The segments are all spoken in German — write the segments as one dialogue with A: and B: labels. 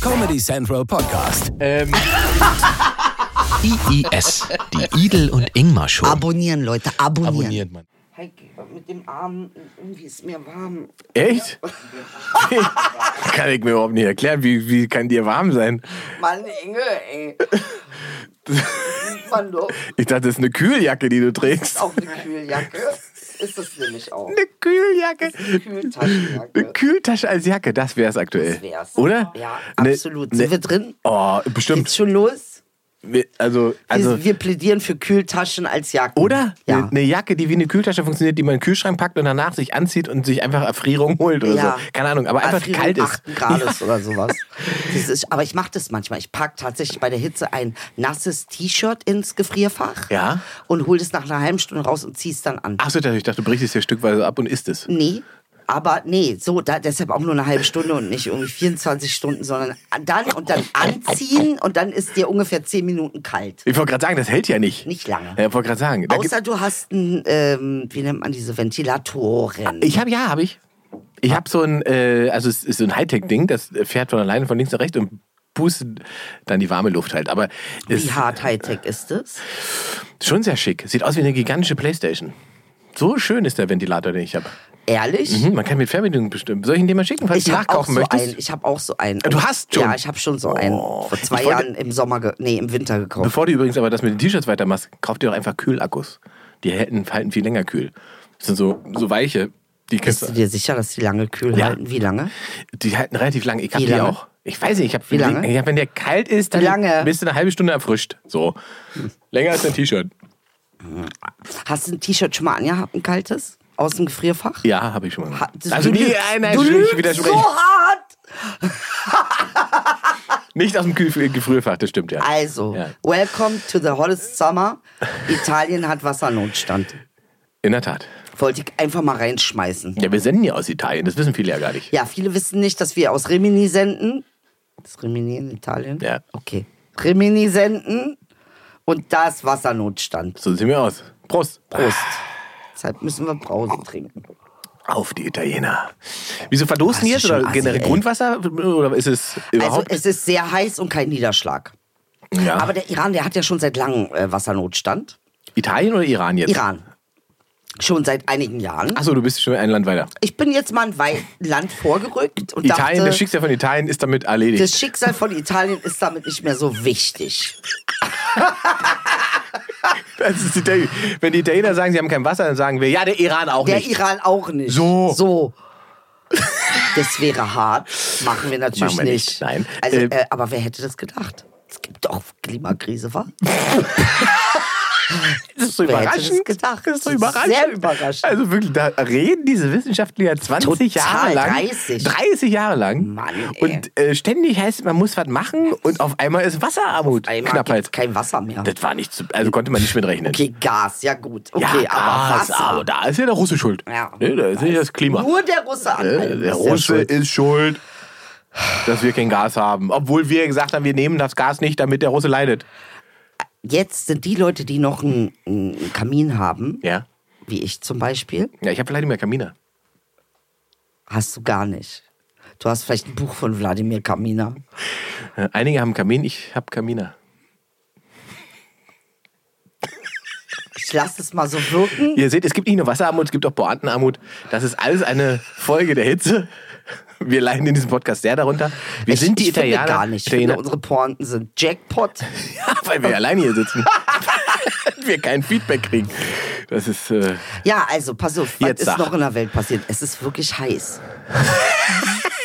A: Comedy Central Podcast.
B: Ähm,
C: IIS, die Idel und Ingmar Show.
D: Abonnieren, Leute, abonnieren.
B: abonniert man.
E: Heike, mit dem Arm, irgendwie ist mir warm.
B: Echt? kann ich mir überhaupt nicht erklären. Wie, wie kann dir warm sein?
E: Mann, Inge, ey. Mann, doch.
B: Ich dachte, das ist eine Kühljacke, die du trägst.
E: Auch eine Kühljacke ist das nämlich auch.
B: Eine Kühljacke. Eine
E: Kühltaschenjacke.
B: Kühltasche als Jacke, das wär's aktuell.
E: Das wär's.
B: Oder?
E: Ja,
B: Ne-
E: absolut.
B: ne-
E: Sind wir drin?
B: Oh,
E: Geht's
B: bestimmt.
E: schon los?
B: Wir- Also, also
E: wir, wir plädieren für Kühltaschen als Jacken.
B: oder?
E: Ja.
B: Eine Jacke, die wie eine Kühltasche funktioniert, die man in den Kühlschrank packt und danach sich anzieht und sich einfach Erfrierung holt oder
E: Ja.
B: so. also Keine Ahnung, aber einfach
E: Erfrierung
B: kalt ist.
E: 8 Grades oder sowas. Das ist, aber ich mache das manchmal. Ich packe tatsächlich bei der Hitze ein nasses T-Shirt ins Gefrierfach
B: Ja.
E: und hole das nach einer halben Stunde raus und ziehe es dann an.
B: Achso, ich dachte, du brichst es hier stückweise ab und isst es.
E: Nee, aber nee, so, da, deshalb auch nur eine halbe Stunde und nicht irgendwie 24 Stunden, sondern dann und dann anziehen und dann ist dir ungefähr 10 Minuten kalt.
B: Ich wollte gerade sagen, das hält ja nicht.
E: Nicht lange.
B: Ja, Ich wollte gerade sagen. Da gibt-
E: Außer du hast ein, ähm, wie nennt man diese Ventilatoren?
B: Ich habe ja, habe ich. Ich habe so ein, äh, also es ist so ein Hightech-Ding, das fährt von alleine von links nach rechts und pustet dann die warme Luft halt. Aber es
E: Wie
B: ist
E: hart Hightech ist es?
B: schon sehr schick. Sieht aus wie eine gigantische Playstation. So schön ist der Ventilator, den ich habe.
E: Ehrlich?
B: Mhm, man kann mit Fernbedienung bestimmen. Soll ich ihn dir mal schicken, falls
E: Ich
B: du
E: habe auch
B: nachkaufen
E: so
B: möchtest?
E: einen. Ich habe auch so einen.
B: Du hast schon?
E: Ja, ich habe schon so einen.
B: Oh.
E: Vor zwei
B: Ich wollte-
E: Jahren im Sommer, ge nee, im Winter gekauft.
B: Bevor du übrigens aber das mit den T-Shirts weitermachst, kauf dir doch einfach Kühlakkus. Die halten, halten viel länger kühl. Das sind so, so weiche. Die, kannst
E: Bist du
B: du-
E: dir sicher, dass die lange kühl
B: Ja.
E: halten? Wie lange?
B: die halten relativ lang. Ich hab
E: Wie
B: die
E: lange?
B: auch. Ich weiß nicht, ich habe
E: Wie lange?
B: Ich hab, wenn der kalt ist, dann
E: Wie lange?
B: bist du eine halbe Stunde erfrischt. So. Länger als ein T-Shirt.
E: Hast du ein T-Shirt schon mal angehabt, ein kaltes? Aus dem Gefrierfach?
B: Ja, habe ich schon mal.
E: Ha-
B: gemacht. also nie
E: lügst-
B: einer
E: du
B: ich
E: lügst
B: widerspreche.
E: so hart.
B: Nicht aus dem Kühl Gefrierfach, das stimmt ja.
E: Also,
B: Ja.
E: welcome to the hottest summer. Italien hat Wassernotstand.
B: In der Tat.
E: Wollte ich einfach mal reinschmeißen.
B: Ja, wir senden ja aus Italien, das wissen viele ja gar nicht.
E: Ja, viele wissen nicht, dass wir aus Rimini senden. Ist Rimini in Italien?
B: Ja.
E: Okay. Rimini senden und da ist Wassernotstand.
B: So sehen wir aus. Prost.
E: Prost. Deshalb müssen wir Brause trinken.
B: Auf die Italiener. Wieso verdosen
E: Das
B: jetzt?
E: ist schon
B: Oder
E: assi,
B: generell
E: ey.
B: Grundwasser? Oder ist es
E: Also
B: überhaupt?
E: es ist sehr heiß und kein Niederschlag.
B: ja.
E: Aber der Iran, der hat ja schon seit langem äh, Wassernotstand.
B: Italien oder Iran jetzt?
E: Iran. Schon seit einigen Jahren.
B: Achso, du bist schon ein Land weiter.
E: Ich bin jetzt mal ein Wei Land vorgerückt und
B: Italien, das
E: dachte,
B: Schicksal von Italien ist damit erledigt.
E: das Schicksal von Italien ist damit nicht mehr so wichtig.
B: Das ist die Italien. Wenn die Italiener sagen, sie haben kein Wasser, dann sagen wir, ja, der Iran auch
E: Der
B: nicht.
E: Iran auch nicht.
B: So.
E: So. Das wäre hart. Machen wir natürlich
B: Machen wir nicht,
E: nicht.
B: nein.
E: Also,
B: Äh,
E: äh, aber wer hätte das gedacht? Es gibt doch Klimakrise, wa?
B: das ist so
E: wer hätte
B: überraschend.
E: das gedacht?
B: Das ist so
E: Das ist
B: überraschend.
E: sehr überraschend.
B: Also wirklich, da reden diese Wissenschaftler ja 20
E: Total,
B: Jahre lang.
E: 30.
B: 30 Jahre lang.
E: Mann, ey.
B: Und äh, ständig heißt, es, man muss was machen und auf einmal ist Wasserarmut.
E: Einmal gibt's
B: Knappheit.
E: kein Wasser mehr.
B: Das war nicht, zu, also konnte man nicht mit rechnen.
E: Okay, Gas, ja gut. Okay,
B: ja,
E: aber
B: Gas,
E: Wasser.
B: aber da ist ja der Russe schuld.
E: Ja.
B: Ne, da ist nicht das Klima.
E: Nur der Russe an.
B: Äh, der Russe ist schuld, dass wir kein Gas haben. Obwohl wir gesagt haben, wir nehmen das Gas nicht, damit der Russe leidet.
E: Jetzt sind die Leute, die noch einen, einen Kamin haben,
B: Ja.
E: wie ich zum Beispiel,
B: Ja, ich habe Wladimir Kamina.
E: hast du gar nicht. Du hast vielleicht ein Buch von Wladimir Kamina.
B: Äh, Einige haben Kamin, ich habe Kamina.
E: Ich lasse es mal so wirken.
B: Ihr seht, es gibt nicht nur Wasserarmut, es gibt auch Pointenarmut. Das ist alles eine Folge der Hitze. Wir leiden in diesem Podcast sehr darunter. Wir
E: ich,
B: sind die
E: ich finde
B: Italiener.
E: gar nicht. Ich
B: Italiener
E: finde, unsere Pointen sind Jackpot.
B: ja, weil wir alleine hier sitzen. wir kein Feedback kriegen. Das ist. Äh,
E: Ja, also pass auf, was
B: Jetzt
E: ist
B: sag.
E: noch in der Welt passiert? Es ist wirklich heiß.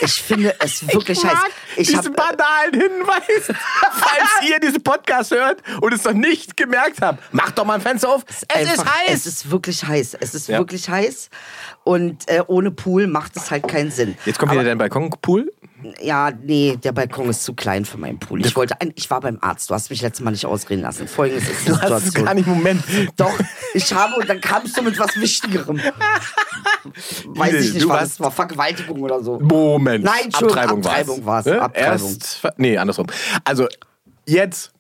E: ich finde es wirklich heiß. Ich
B: diesen
E: habe
B: banalen Hinweis, falls ihr diesen Podcast hört und es noch nicht gemerkt habt, macht doch mal ein Fenster auf. Es ist
E: einfach-
B: heiß.
E: Es ist wirklich heiß. Es ist
B: Ja.
E: wirklich heiß. Und äh, ohne Pool macht es halt keinen Sinn.
B: Jetzt kommt wieder dein Balkonpool.
E: Ja, nee, der Balkon ist zu klein für meinen Pool. Ich wollte ein, ich war beim Arzt. Du hast mich letztes Mal nicht ausreden lassen. Folgendes ist die
B: Du hast es
E: Situation.
B: gar nicht im Moment.
E: Doch, ich habe und dann kamst du mit was Wichtigerem. Weiß ich nicht,
B: Du
E: was
B: warst-
E: es war. Vergewaltigung oder so.
B: Moment.
E: Nein, Entschuldigung,
B: Abtreibung war's.
E: Abtreibung war's,
B: Ne?
E: Abtreibung.
B: Erst, ver- nee, andersrum. Also, jetzt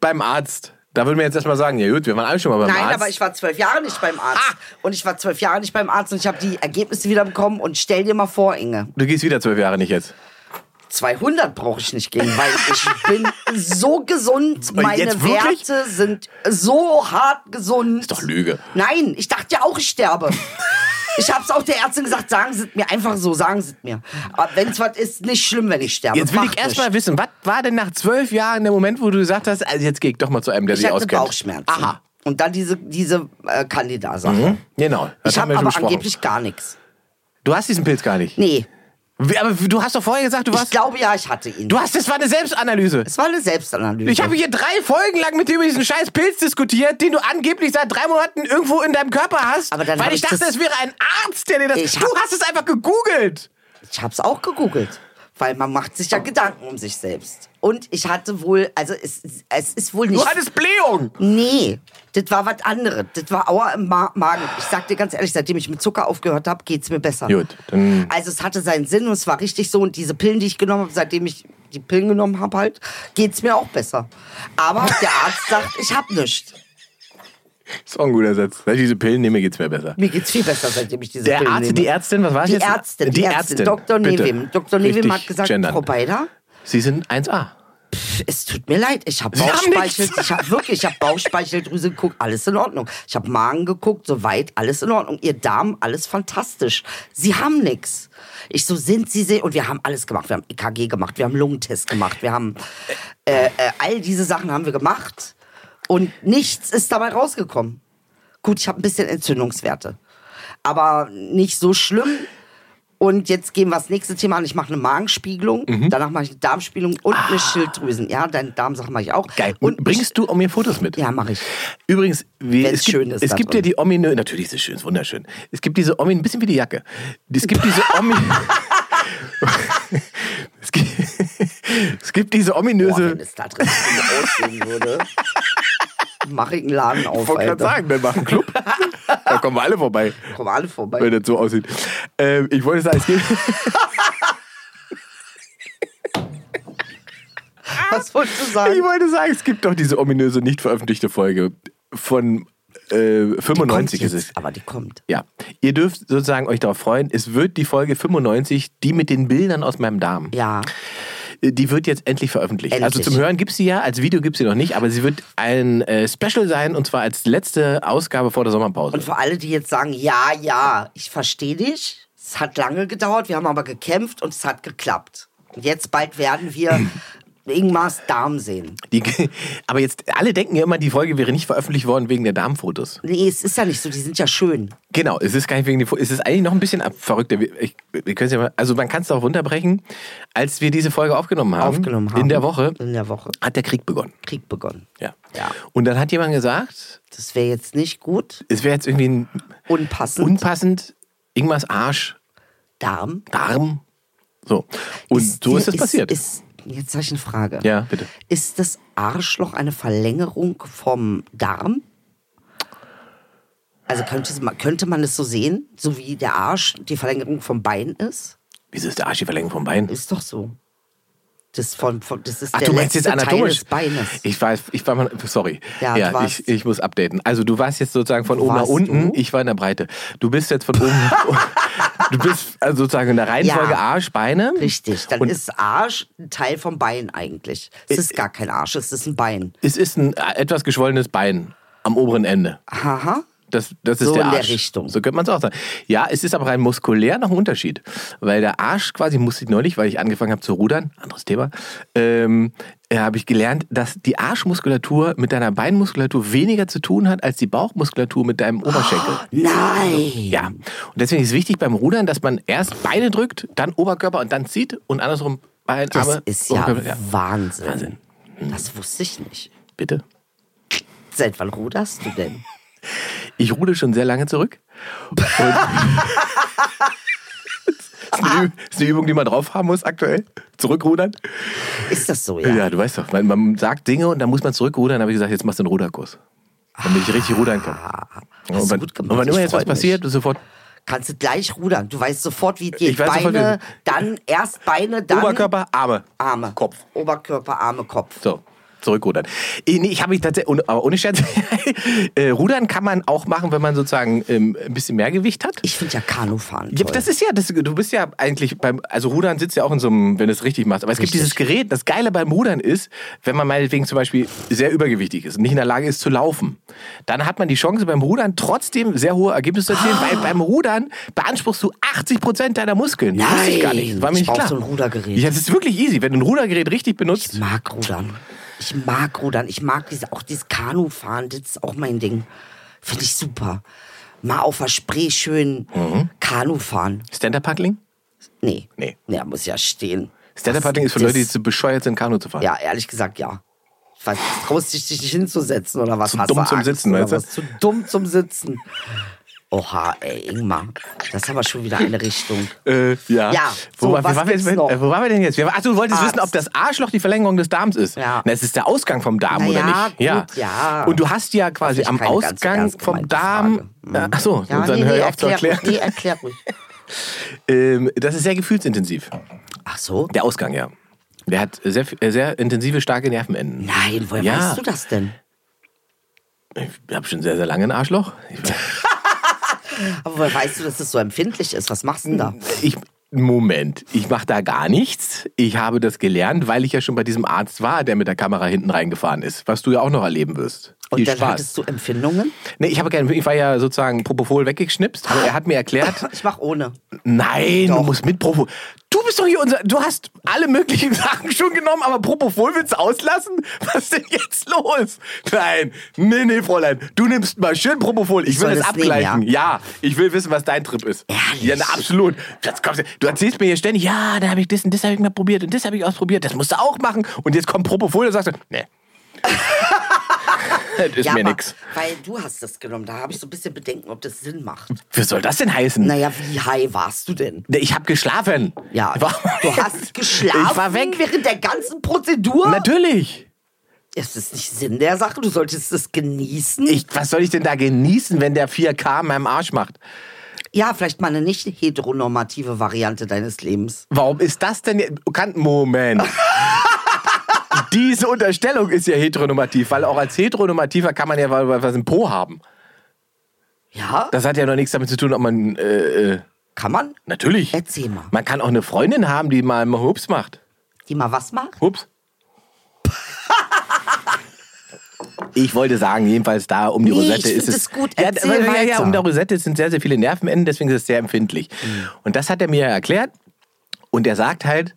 B: beim Arzt. Da würden wir jetzt erstmal sagen, ja gut, wir waren alle schon mal beim
E: Nein,
B: Arzt.
E: aber ich war zwölf Jahre nicht beim Arzt.
B: Ah.
E: Und ich war zwölf Jahre nicht beim Arzt und ich habe die Ergebnisse wieder bekommen. Und stell dir mal vor, Inge,
B: du gehst wieder zwölf Jahre nicht jetzt.
E: 200 brauche ich nicht gehen, weil ich bin so gesund.
B: Und
E: Meine
B: jetzt wirklich?
E: Werte sind so hart gesund.
B: Ist doch Lüge.
E: Nein, ich dachte ja auch, ich sterbe. Ich hab's auch der Ärztin gesagt, sagen Sie es mir, einfach so, sagen Sie es mir. Aber wenn's was ist, nicht schlimm, wenn ich sterbe.
B: Jetzt will
E: Macht
B: ich erstmal
E: nicht.
B: wissen, was war denn nach zwölf Jahren der Moment, wo du gesagt hast, also jetzt gehe ich doch mal zu einem, der
E: Ich
B: sich
E: hatte
B: auskennt.
E: Bauchschmerzen.
B: Aha.
E: Und dann diese, diese äh, Candida-Sache.
B: Genau. das
E: Ich
B: haben wir schon
E: habe aber
B: besprochen.
E: angeblich gar nichts.
B: Du hast diesen Pilz gar nicht.
E: Nee,
B: Wie- Aber du hast doch vorher gesagt, du
E: ich
B: warst.
E: glaube ja, ich hatte ihn.
B: Du hast, das war eine Selbstanalyse.
E: es war eine Selbstanalyse.
B: Ich habe hier drei Folgen lang mit dir über diesen scheiß Pilz diskutiert, den du angeblich seit drei Monaten irgendwo in deinem Körper hast.
E: Aber dann hab
B: weil ich
E: ich
B: dachte,
E: das-
B: es wäre ein Arzt, der dir das.
E: Ich
B: Du
E: hab-
B: hast es einfach gegoogelt.
E: Ich hab's auch gegoogelt, weil man macht sich ja Gedanken um sich selbst. Und ich hatte wohl, also es, es ist wohl nicht.
B: Du hattest Blähung.
E: nee, das war was anderes. Das war Auer im Ma Magen. Ich sag dir ganz ehrlich, seitdem ich mit Zucker aufgehört habe, geht's mir besser.
B: Gut, dann-
E: Also es hatte seinen Sinn und es war richtig so. Und diese Pillen, die ich genommen habe, seitdem ich die Pillen genommen habe, halt, geht's mir auch besser. Aber der Arzt sagt, ich hab nichts.
B: Das ist auch ein guter Satz. Seit ich diese Pillen nehme, geht's mir besser.
E: Mir geht's viel besser, seitdem ich diese
B: Der
E: Pillen
B: Arzt,
E: nehme.
B: die Ärztin, was war das
E: Die
B: jetzt?
E: Ärztin, die Ärztin, Dr.
B: bitte.
E: Nevim. Dr. Nevim
B: Richtig
E: hat gesagt,
B: gendern.
E: Frau Beider,
B: Sie sind 1A.
E: es tut mir leid, ich habe
B: Sie haben
E: Bauchspeichel,
B: nichts.
E: ich habe wirklich, ich habe Bauchspeicheldrüse geguckt, alles in Ordnung. Ich habe Magen geguckt, soweit alles in Ordnung. Ihr Darm, alles fantastisch. Sie haben nichts. Ich so sind sie sehr und wir haben alles gemacht. Wir haben EKG gemacht, wir haben Lungentest gemacht, wir haben äh, äh, all diese Sachen haben wir gemacht und nichts ist dabei rausgekommen. Gut, ich habe ein bisschen Entzündungswerte, aber nicht so schlimm. Und jetzt gehen wir das nächste Thema an. Ich mache eine Magenspiegelung,
B: Mhm.
E: danach mache ich eine Darmspiegelung und eine Schilddrüsen. Ja, deine Darmsache mache ich auch.
B: Ah. Geil.
E: Und
B: Und bringst du um mir Fotos mit?
E: Ja, mache ich.
B: Übrigens, wie,
E: Wenn's
B: es gibt,
E: schön ist
B: es
E: da
B: gibt ja
E: drin.
B: die Omi, ne, natürlich ist es schön, ist wunderschön. Es gibt diese Omi, ein bisschen wie die Jacke. Es gibt diese Omi. es, gibt, es gibt diese
E: Boah,
B: ominöse.
E: wenn es da drin aussehen würde, mache ich einen Laden auf.
B: ich wollte gerade
E: Alter.
B: sagen, dann machen Club. da kommen wir alle vorbei,
E: Kommen alle vorbei.
B: wenn das so aussieht. Ähm, ich wollte sagen, es gibt.
E: Was wolltest du sagen?
B: Ich wollte sagen, es gibt doch diese ominöse, nicht veröffentlichte Folge von äh, 95
E: kommt
B: ist
E: jetzt,
B: es.
E: Aber die kommt.
B: Ja, ihr dürft sozusagen euch darauf freuen. Es wird die Folge 95, die mit den Bildern aus meinem Darm.
E: Ja.
B: Die wird jetzt endlich veröffentlicht.
E: Endlich.
B: Also zum Hören gibt's sie ja, als Video gibt's sie noch nicht, aber sie wird ein äh, Special sein und zwar als letzte Ausgabe vor der Sommerpause.
E: Und für alle, die jetzt sagen, ja, ja, ich verstehe dich. Es hat lange gedauert, wir haben aber gekämpft und es hat geklappt. Und jetzt bald werden wir Ingmars Darm sehen.
B: Die, aber jetzt, alle denken ja immer, die Folge wäre nicht veröffentlicht worden wegen der Darmfotos.
E: Nee, es ist ja nicht so, die sind ja schön.
B: Genau, es ist gar nicht wegen der Fo- es ist eigentlich noch ein bisschen ab- verrückter. Wir- Ich, wir können's ja mal, also man kann es auch runterbrechen. Als wir diese Folge aufgenommen haben,
E: Aufgenommen haben.
B: in der Woche,
E: In der Woche.
B: hat der Krieg begonnen.
E: Krieg begonnen.
B: Ja.
E: Ja.
B: Und dann hat jemand gesagt,
E: Das wäre jetzt nicht gut.
B: es wäre jetzt irgendwie ein
E: Unpassend.
B: unpassend, Ingmars Arsch,
E: Darm.
B: Darm. So. Und so ist es passiert.
E: Ist, jetzt habe ich eine Frage.
B: Ja, bitte.
E: Ist das Arschloch eine Verlängerung vom Darm? Also könnte, es ma- könnte man es so sehen, so wie der Arsch die Verlängerung vom Bein ist?
B: Wieso ist der Arsch die Verlängerung vom Bein?
E: Ist doch so. Das, von, von, das ist
B: Ach,
E: der
B: du meinst
E: letzte
B: jetzt
E: Teil
B: anatomisch?
E: des Beines.
B: Ich weiß, ich war mal, sorry. Ja,
E: Ja, du warst-
B: ich, ich muss updaten. Also du warst jetzt sozusagen von oben nach
E: warst
B: unten,
E: du?
B: ich war in der Breite. Du bist jetzt von oben nach unten. Du bist also sozusagen in der Reihenfolge
E: Ja.
B: Arsch, Beine.
E: Richtig, dann
B: Und Äh,
E: ist Arsch ein Teil vom Bein eigentlich. Es ist gar kein Arsch, es ist ein Bein.
B: es ist ein äh, etwas geschwollenes Bein am oberen Ende.
E: Haha.
B: Das, das ist
E: So
B: der
E: in
B: Arsch.
E: der Richtung.
B: So könnte man es auch sagen. Ja, es ist aber rein muskulär noch ein Unterschied. Weil der Arsch quasi, musste ich neulich, weil ich angefangen habe zu rudern, anderes Thema, ähm, äh, habe ich gelernt, dass die Arschmuskulatur mit deiner Beinmuskulatur weniger zu tun hat, als die Bauchmuskulatur mit deinem Oberschenkel.
E: Ah, Nein!
B: Äh, Ja. Und deswegen ist wichtig beim Rudern, dass man erst Beine drückt, dann Oberkörper und dann zieht und andersrum Bein,
E: Das
B: Arme,
E: ist ja,
B: Oberkörper.
E: Wahnsinn.
B: Wahnsinn.
E: Das wusste ich nicht.
B: Bitte.
E: Seit wann ruderst du denn?
B: Ich rude schon sehr lange zurück. Und das ist eine Üb- das ist eine Übung, die man drauf haben muss aktuell. Zurückrudern.
E: Ist das so, ja?
B: Ja, du weißt doch, man, man sagt Dinge und dann muss man zurückrudern. Da habe ich gesagt, jetzt machst du einen Ruderkurs. Damit ich richtig rudern kann.
E: hast
B: und
E: du
B: wann,
E: gut gemacht,
B: und wann
E: ich
B: immer jetzt
E: freu
B: was
E: mich.
B: passiert, du sofort
E: Kannst du gleich rudern. Du weißt sofort, wie dir
B: Ich weiß sofort,
E: Beine,
B: wie-
E: dann erst Beine, dann
B: Oberkörper, Arme,
E: Arme.
B: Kopf.
E: Oberkörper, Arme, Kopf.
B: So. zurückrudern. Ich, nee, ich habe mich tatsächlich, und- aber ohne Scherz, äh, rudern kann man auch machen, wenn man sozusagen ähm, ein bisschen mehr Gewicht hat.
E: Ich finde ja Kanufahren
B: Ja,
E: toll.
B: das ist ja, das, du bist ja eigentlich beim, also Rudern sitzt ja auch in so einem, wenn du es richtig machst. Aber es gibt
E: Richtig.
B: dieses Gerät, das Geile beim Rudern ist, wenn man meinetwegen zum Beispiel sehr übergewichtig ist und nicht in der Lage ist zu laufen, dann hat man die Chance beim Rudern trotzdem sehr hohe Ergebnisse zu erzielen,
E: Ah.
B: weil beim Rudern beanspruchst du 80 Prozent deiner Muskeln. Das wusste ich gar nicht. Das war mir
E: Ich
B: nicht
E: brauch
B: klar.
E: so ein Rudergerät.
B: Ja, das ist wirklich easy. Wenn du ein Rudergerät richtig benutzt,
E: Ich mag Rudern. Ich mag Rudern. Ich mag diese, auch dieses Kanufahren. Das ist auch mein Ding. Finde ich super. Mal auf der Spree schön Kanu fahren.
B: Stand-Up-Paddling?
E: Nee.
B: Mhm. Nee.
E: Ja, muss ja stehen.
B: Stand-Up-Paddling ist für
E: Das-
B: Leute, die zu bescheuert sind, Kanu zu fahren.
E: Ja, ehrlich gesagt, ja. Was, traust dich dich nicht hinzusetzen oder was?
B: Zu
E: Hast
B: dumm
E: du
B: zum
E: Angst
B: Sitzen,
E: oder
B: meinst du?
E: was? Zu dumm zum Sitzen. Oha, ey, Ingmar. Das ist aber schon wieder eine Richtung.
B: Äh, ja.
E: Ja,
B: Wo,
E: so,
B: war,
E: was
B: waren wir jetzt,
E: gibt's
B: mit-
E: noch?
B: äh, wo waren wir denn jetzt? Wir- Ach, du wolltest
E: Arzt.
B: wissen, ob das Arschloch die Verlängerung des Darms ist.
E: Ja.
B: Na, es ist der Ausgang vom Darm,
E: Na
B: oder
E: ja,
B: nicht?
E: gut, ja.
B: Und du hast ja quasi
E: Hoffentlich
B: am
E: keine ganz
B: Ausgang
E: ernst
B: vom
E: gemeinte
B: Darm. Äh,
E: Frage. Hm.
B: Ach so,
E: Ja,
B: dann
E: nee,
B: hör
E: nee,
B: ich auf zu
E: erklär
B: erklären.
E: ruhig. Nee, erklär ruhig.
B: Ähm, das ist sehr gefühlsintensiv.
E: Ach so?
B: Der Ausgang, ja. Der hat sehr, viel- äh, sehr intensive, starke Nervenenden.
E: Nein, woher
B: Ja.
E: weißt du das denn?
B: Ich habe schon sehr, sehr lange ein Arschloch. Ich,
E: Aber woher weißt du, dass es so empfindlich ist? Was machst du denn da?
B: ich, Moment, ich mache da gar nichts. Ich habe das gelernt, weil ich ja schon bei diesem Arzt war, der mit der Kamera hinten reingefahren ist, was du ja auch noch erleben wirst.
E: Und
B: Viel
E: dann
B: Spaß.
E: hattest du Empfindungen?
B: Nee, ich habe gerne, ich war ja sozusagen Propofol weggeschnipst, aber er hat mir erklärt,
E: Ich mach ohne.
B: nein, du
E: Doch.
B: musst mit Propofol. Du bist doch hier unser, du hast alle möglichen Sachen schon genommen, aber Propofol willst du auslassen? Was ist denn jetzt los? Nein, nee, nee, Fräulein, du nimmst mal schön Propofol. Ich will
E: soll
B: das
E: das nehmen,
B: abgleichen. ja? ich will wissen, was dein Trip ist.
E: Ehrlich?
B: Ja, na, absolut. Jetzt kommst du, du erzählst mir hier ständig, ja, da habe ich das und das habe ich mal probiert und das habe ich ausprobiert, das musst du auch machen. Und jetzt kommt Propofol und sagst du, nee. das ist mir
E: aber-
B: nix.
E: Weil du hast das genommen. Da habe ich so ein bisschen Bedenken, ob das Sinn macht.
B: Was soll das denn heißen?
E: Naja, wie high warst du denn?
B: Nee, Ich habe geschlafen.
E: Ja,
B: War-
E: du hast geschlafen
B: Ich war weg.
E: während der ganzen Prozedur.
B: Natürlich.
E: Es ist nicht Sinn der Sache. Du solltest es genießen.
B: Ich, was soll ich denn da genießen, wenn der 4K meinem Arsch macht?
E: ja, vielleicht mal eine nicht heteronormative Variante deines Lebens.
B: Warum ist das denn... jetzt- Kann, Moment. Diese Unterstellung ist ja heteronormativ, weil auch als heteronormativer kann man ja wa- was im Po haben.
E: Ja,
B: Das hat ja noch nichts damit zu tun, ob man... Äh, äh,
E: kann man.
B: natürlich.
E: Erzähl mal.
B: Man kann auch eine Freundin haben, die mal mal Hups macht.
E: Die mal was macht?
B: Hups. Ich wollte sagen, jedenfalls da um die
E: Nee, ich
B: Rosette
E: find
B: ist es.
E: es gut.
B: ja,
E: Erzähl
B: aber- ja, ja,
E: weiter.
B: um der Rosette sind sehr, sehr viele Nervenenden, deswegen ist es sehr empfindlich. Und das hat er mir ja erklärt. Und er sagt halt,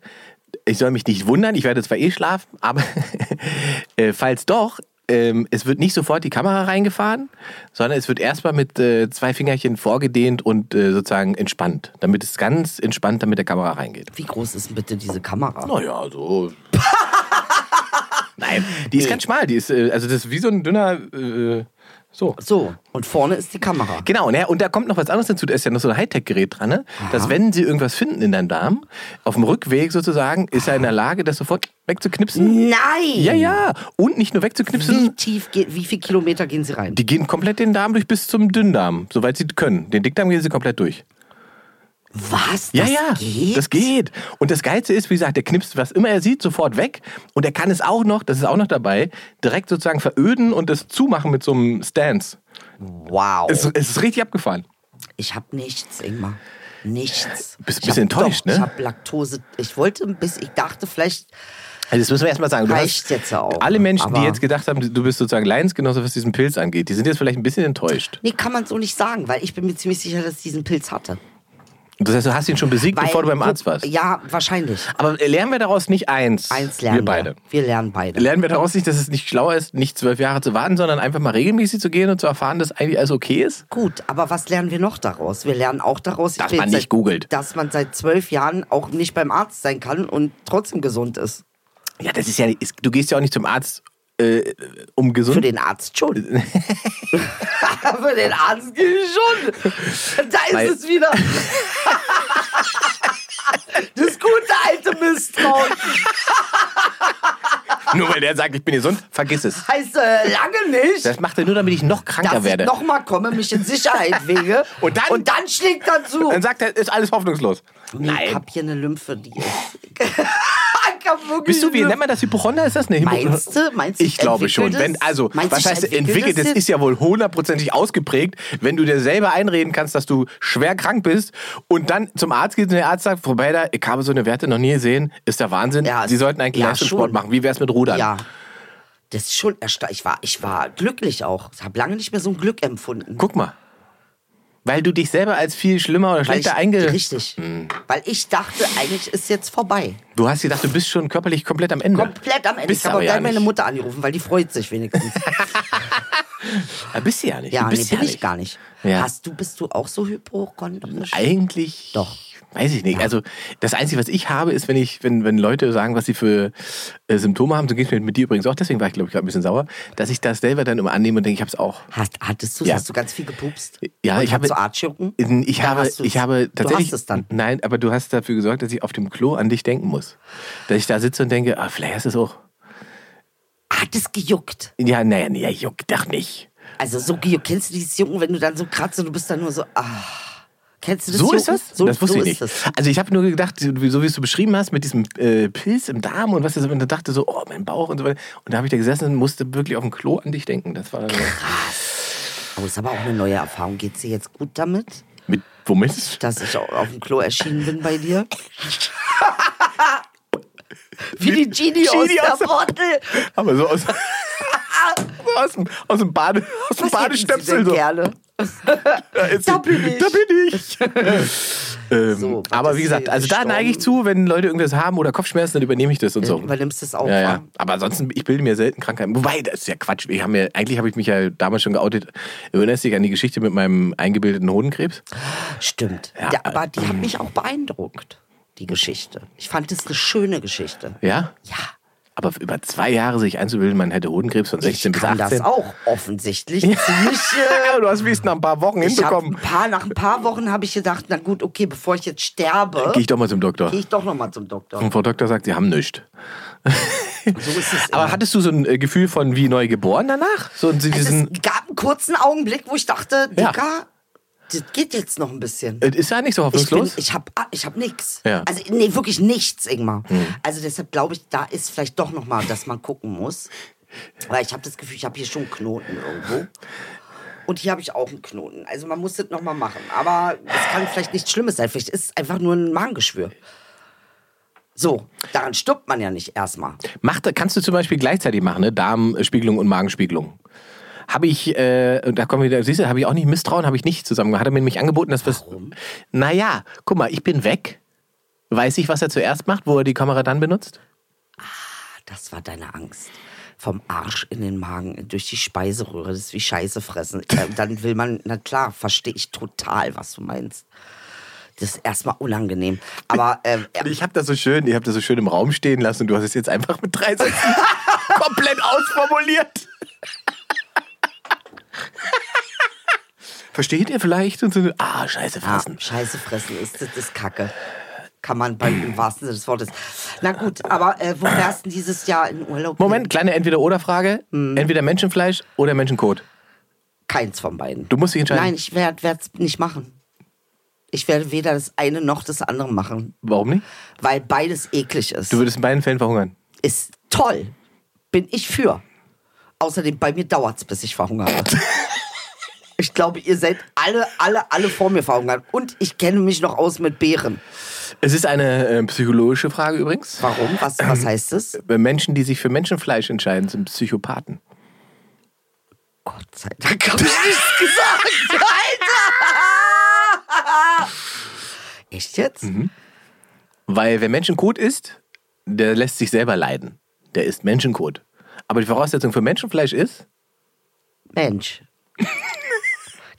B: ich soll mich nicht wundern, ich werde zwar eh schlafen, aber äh, falls doch, ähm, es wird nicht sofort die Kamera reingefahren, sondern es wird erstmal mit äh, zwei Fingerchen vorgedehnt und äh, sozusagen entspannt, damit es ganz entspannt damit der Kamera reingeht.
E: Wie groß ist denn bitte diese Kamera?
B: Naja, so. Nein, die ist ganz schmal. Die ist, äh, also das ist wie so ein dünner. Äh, so.
E: So, und vorne ist die Kamera.
B: Genau, ne? und da kommt noch was anderes hinzu. Da ist ja noch so ein Hightech-Gerät dran, ne? dass wenn sie irgendwas finden in deinem Darm, auf dem Rückweg sozusagen, ist er in der Lage, das sofort wegzuknipsen.
E: Nein!
B: Ja, ja. Und nicht nur
E: Wie
B: wegzuknipsen,
E: tief, geht, wie viele Kilometer gehen sie rein?
B: die gehen komplett den Darm durch bis zum Dünndarm, soweit sie können. Den Dickdarm gehen sie komplett durch.
E: was?
B: Ja,
E: das
B: ja,
E: Geht?
B: das geht. Und das Geilste ist, wie gesagt, der knipst, was immer er sieht, sofort weg. Und er kann es auch noch, das ist auch noch dabei, direkt sozusagen veröden und das zumachen mit so einem Stance.
E: Wow.
B: Es, es ist richtig abgefahren.
E: Ich habe nichts, Ingmar.
B: Bist
E: Nichts.
B: ein
E: Ich
B: bisschen
E: hab-
B: enttäuscht,
E: doch,
B: ne?
E: Ich habe Laktose. Ich wollte ein bisschen, ich dachte vielleicht,
B: Also das müssen wir erstmal sagen. Du
E: Reicht
B: hast-
E: jetzt auch.
B: Alle Menschen, die
E: Aber-
B: jetzt gedacht haben, du bist sozusagen Leidensgenosse, was diesen Pilz angeht, die sind jetzt vielleicht ein bisschen enttäuscht.
E: nee, kann man so nicht sagen, weil ich bin mir ziemlich sicher, dass ich diesen Pilz hatte.
B: Das heißt, du hast ihn schon besiegt,
E: Weil,
B: bevor du beim Arzt warst.
E: Ja, wahrscheinlich.
B: Aber lernen wir daraus nicht eins?
E: Eins lernen
B: wir beide.
E: Wir lernen beide.
B: Lernen wir daraus nicht, dass es nicht schlauer ist, nicht zwölf Jahre zu warten, sondern einfach mal regelmäßig zu gehen und zu erfahren, dass eigentlich alles okay ist?
E: Gut, aber was lernen wir noch daraus? Wir lernen auch daraus, ich
B: Dass
E: bin
B: man
E: jetzt
B: nicht
E: seit,
B: googelt.
E: dass man seit zwölf Jahren auch nicht beim Arzt sein kann und trotzdem gesund ist.
B: Ja, das ist ja, ist, du gehst ja auch nicht zum Arzt, äh, um
E: Für
B: gesund.
E: den Arzt schon. Für den Arzt gehe ich schon. Da ist
B: Weil-
E: es wieder. Das gute alte Misstrauen.
B: Nur weil der sagt, ich bin gesund, vergiss es.
E: Heißt äh, lange nicht,
B: Das macht er nur, damit ich noch kranker
E: dass ich
B: werde.
E: nochmal komme, mich in Sicherheit wege.
B: Und dann-
E: und dann schlägt er zu.
B: Dann sagt er, ist alles hoffnungslos.
E: Nee, Ich hab hier eine Lymphe, die ist. hab wirklich
B: Bist du, wie
E: eine-
B: nennt man das Hypochonder? Ist das eine Hypo-
E: Meinst du? Meinst du,
B: Ich glaube schon.
E: entwickelt
B: Wenn,
E: es?
B: also,
E: Meinst du,
B: was
E: sich
B: heißt
E: entwickelt
B: entwickelt?
E: es
B: Das
E: jetzt?
B: ist ja wohl hundertprozentig ausgeprägt, wenn du dir selber einreden kannst, dass du schwer krank bist und dann zum Arzt gehst und der Arzt sagt, Frau Beider, ich habe so eine Werte noch nie gesehen, ist der Wahnsinn.
E: Ja,
B: Sie
E: es-
B: sollten eigentlich
E: ja,
B: Leistungssport
E: schon.
B: machen. Wie wär's mit Rudern?
E: Ja. Das ist schon erstaunlich. Ich war, ich war glücklich auch. Ich habe lange nicht mehr so ein Glück empfunden.
B: Guck mal. Weil du dich selber als viel schlimmer oder
E: weil ich,
B: schlechter einge... Hm.
E: Richtig. Weil ich dachte, eigentlich ist jetzt vorbei.
B: Du hast gedacht, du bist schon körperlich komplett am Ende.
E: Komplett am Ende.
B: Bist
E: ich habe
B: aber
E: auch
B: ja
E: gleich meine
B: nicht.
E: Mutter angerufen, weil die freut sich wenigstens.
B: Ja, bist du ja nicht.
E: ja,
B: du
E: nee,
B: bist
E: bin
B: ja
E: ich gar nicht.
B: Ja.
E: Hast du, bist du auch so hypochondrisch?
B: Eigentlich.
E: Doch.
B: Weiß ich nicht. Also das Einzige, was ich habe, ist, wenn ich, wenn, wenn Leute sagen, was sie für äh, Symptome haben, so ging es mir mit dir übrigens auch, deswegen war ich, glaube ich, gerade ein bisschen sauer, dass ich das selber dann immer annehme und denke, ich habe es auch.
E: Hast, hattest du,
B: Ja.
E: hast du ganz viel gepupst?
B: Ja,
E: Und
B: ich habe-
E: hast du Artschirken?
B: Ich
E: Dann
B: habe,
E: hast du's.
B: ich habe tatsächlich.
E: Du hast es dann.
B: Nein, aber du hast dafür gesorgt, dass ich auf dem Klo an dich denken muss. Dass ich da sitze und denke, ah, vielleicht hast du es auch.
E: Hat es Ah, gejuckt?
B: Ja, naja, nee, ja, juck, doch nicht.
E: Also so gejuckt. Kennst du dieses Jucken, wenn du dann so kratzt und du bist dann nur so, ah. Kennst du das
B: So
E: Jucken?
B: ist das? das wusste
E: so
B: ich nicht.
E: Ist das.
B: Also ich habe nur gedacht, so wie so wie es du beschrieben hast, mit diesem äh, Pilz im Darm und was das, und da dachte so, oh, mein Bauch und so weiter. Und da habe ich da gesessen und musste wirklich auf dem Klo an dich denken. Das war dann so.
E: Aber es ist aber auch eine neue Erfahrung. Geht's dir jetzt gut damit,
B: Mit womit?
E: dass ich auch auf dem Klo erschienen bin bei dir? Wie die Genie,
B: Genie
E: aus der
B: aus der-
E: Bottle.
B: Aber so aus, aus, dem, aus dem Bade, aus dem
E: Was hätten Sie
B: Badestöpsel.
E: denn
B: So.
E: gerne?
B: Da, ist
E: Da
B: sie.
E: bin ich.
B: Da bin ich. ähm,
E: So, was
B: aber
E: ist
B: wie
E: hier
B: gesagt, also da
E: gestorben?
B: neige ich zu, wenn Leute irgendwas haben oder Kopfschmerzen, dann übernehme ich das und so.
E: Übernimmst es auch,
B: Ja,
E: wa?
B: ja. Aber ansonsten, ich bilde mir selten Krankheiten. Wobei, das ist ja Quatsch. Ich hab mir, eigentlich habe ich mich ja damals schon geoutet. Erinnerst du dich an die Geschichte mit meinem eingebildeten Hodenkrebs?
E: Stimmt.
B: Ja,
E: Ja, aber die hat mich auch beeindruckt, die Geschichte. Ich fand es eine schöne Geschichte.
B: Ja?
E: Ja.
B: Aber über zwei Jahre sich einzubilden, man hätte Hodenkrebs von 16
E: ich
B: bis
E: kann
B: 18.
E: das auch offensichtlich ziemlich. Äh,
B: du hast wenigstens nach ein paar Wochen
E: ich hab ein
B: hinbekommen.
E: paar, nach ein paar Wochen habe ich gedacht, na gut, okay, bevor ich jetzt sterbe,
B: Gehe ich doch mal zum Doktor.
E: gehe ich doch nochmal zum Doktor.
B: Und Frau Doktor sagt, sie haben nichts.
E: So ist
B: Aber
E: es. immer. Also
B: hattest du so ein äh, Gefühl von wie neu geboren danach? So in
E: es
B: diesen,
E: gab einen kurzen Augenblick, wo ich dachte,
B: Ja.
E: Dicker, das geht jetzt noch ein bisschen.
B: es Äh, ist ja nicht so
E: Ich, bin,
B: hoffnungslos.
E: ich habe ich hab nichts.
B: Ja.
E: Also nee, wirklich nichts, Ingmar. Also deshalb glaube ich, da ist vielleicht doch nochmal, dass man gucken muss. Weil ich habe das Gefühl, ich habe hier schon einen Knoten irgendwo. Und hier habe ich auch einen Knoten. Also man muss das nochmal machen. Aber es kann vielleicht nichts Schlimmes sein. Vielleicht ist es einfach nur ein Magengeschwür. So, daran stirbt man ja nicht erstmal.
B: Mach, da- kannst du zum Beispiel gleichzeitig machen, ne? Darmspiegelung und Magenspiegelung. Habe ich, äh, und da kommen wir wieder, siehst du, habe ich auch nicht Misstrauen, habe ich nicht zusammen. Hat er mir nämlich angeboten, dass wir. Naja, guck mal, ich bin weg. Weiß ich, was er zuerst macht, wo er die Kamera dann benutzt?
E: Das war deine Angst. Vom Arsch in den Magen, durch die Speiseröhre, das ist wie Scheiße fressen. Äh, Dann will man, na klar, verstehe ich total, was du meinst. Das ist erstmal unangenehm. Aber ähm, äh,
B: Ich habe das so schön, ich habe das so schön im Raum stehen lassen und du hast es jetzt einfach mit drei Sätzen komplett ausformuliert. Versteht ihr vielleicht? Und so, ah, scheiße,
E: ja,
B: fassen.
E: Scheiße fressen ist, das ist Kacke. Kann man beim im wahrsten Sinne des Wortes. Na gut, aber äh, wo wärst du dieses Jahr in Urlaub?
B: Moment, kleine Entweder-Oder-Frage. Entweder Menschenfleisch oder Menschenkot.
E: Keins von beiden.
B: Du musst dich entscheiden.
E: Nein, ich werde es nicht machen. Ich werde weder das eine noch das andere machen,
B: Warum nicht?
E: weil beides eklig ist.
B: Du würdest in beiden Fällen verhungern.
E: ist toll. Bin ich für. Außerdem, bei mir dauert's, bis ich verhungere. ich glaube, ihr seid alle, alle, alle vor mir verhungert. Und ich kenne mich noch aus mit Beeren.
B: Es ist eine äh, psychologische Frage übrigens.
E: Warum? Was, was heißt es?
B: Menschen, die sich für Menschenfleisch entscheiden, sind Psychopathen.
E: Gott sei Dank habe ich nichts gesagt, Alter! Echt jetzt?
B: Weil wer Menschenkot isst, der lässt sich selber leiden. Der isst Menschenkot. Aber die Voraussetzung für Menschenfleisch ist,
E: Mensch.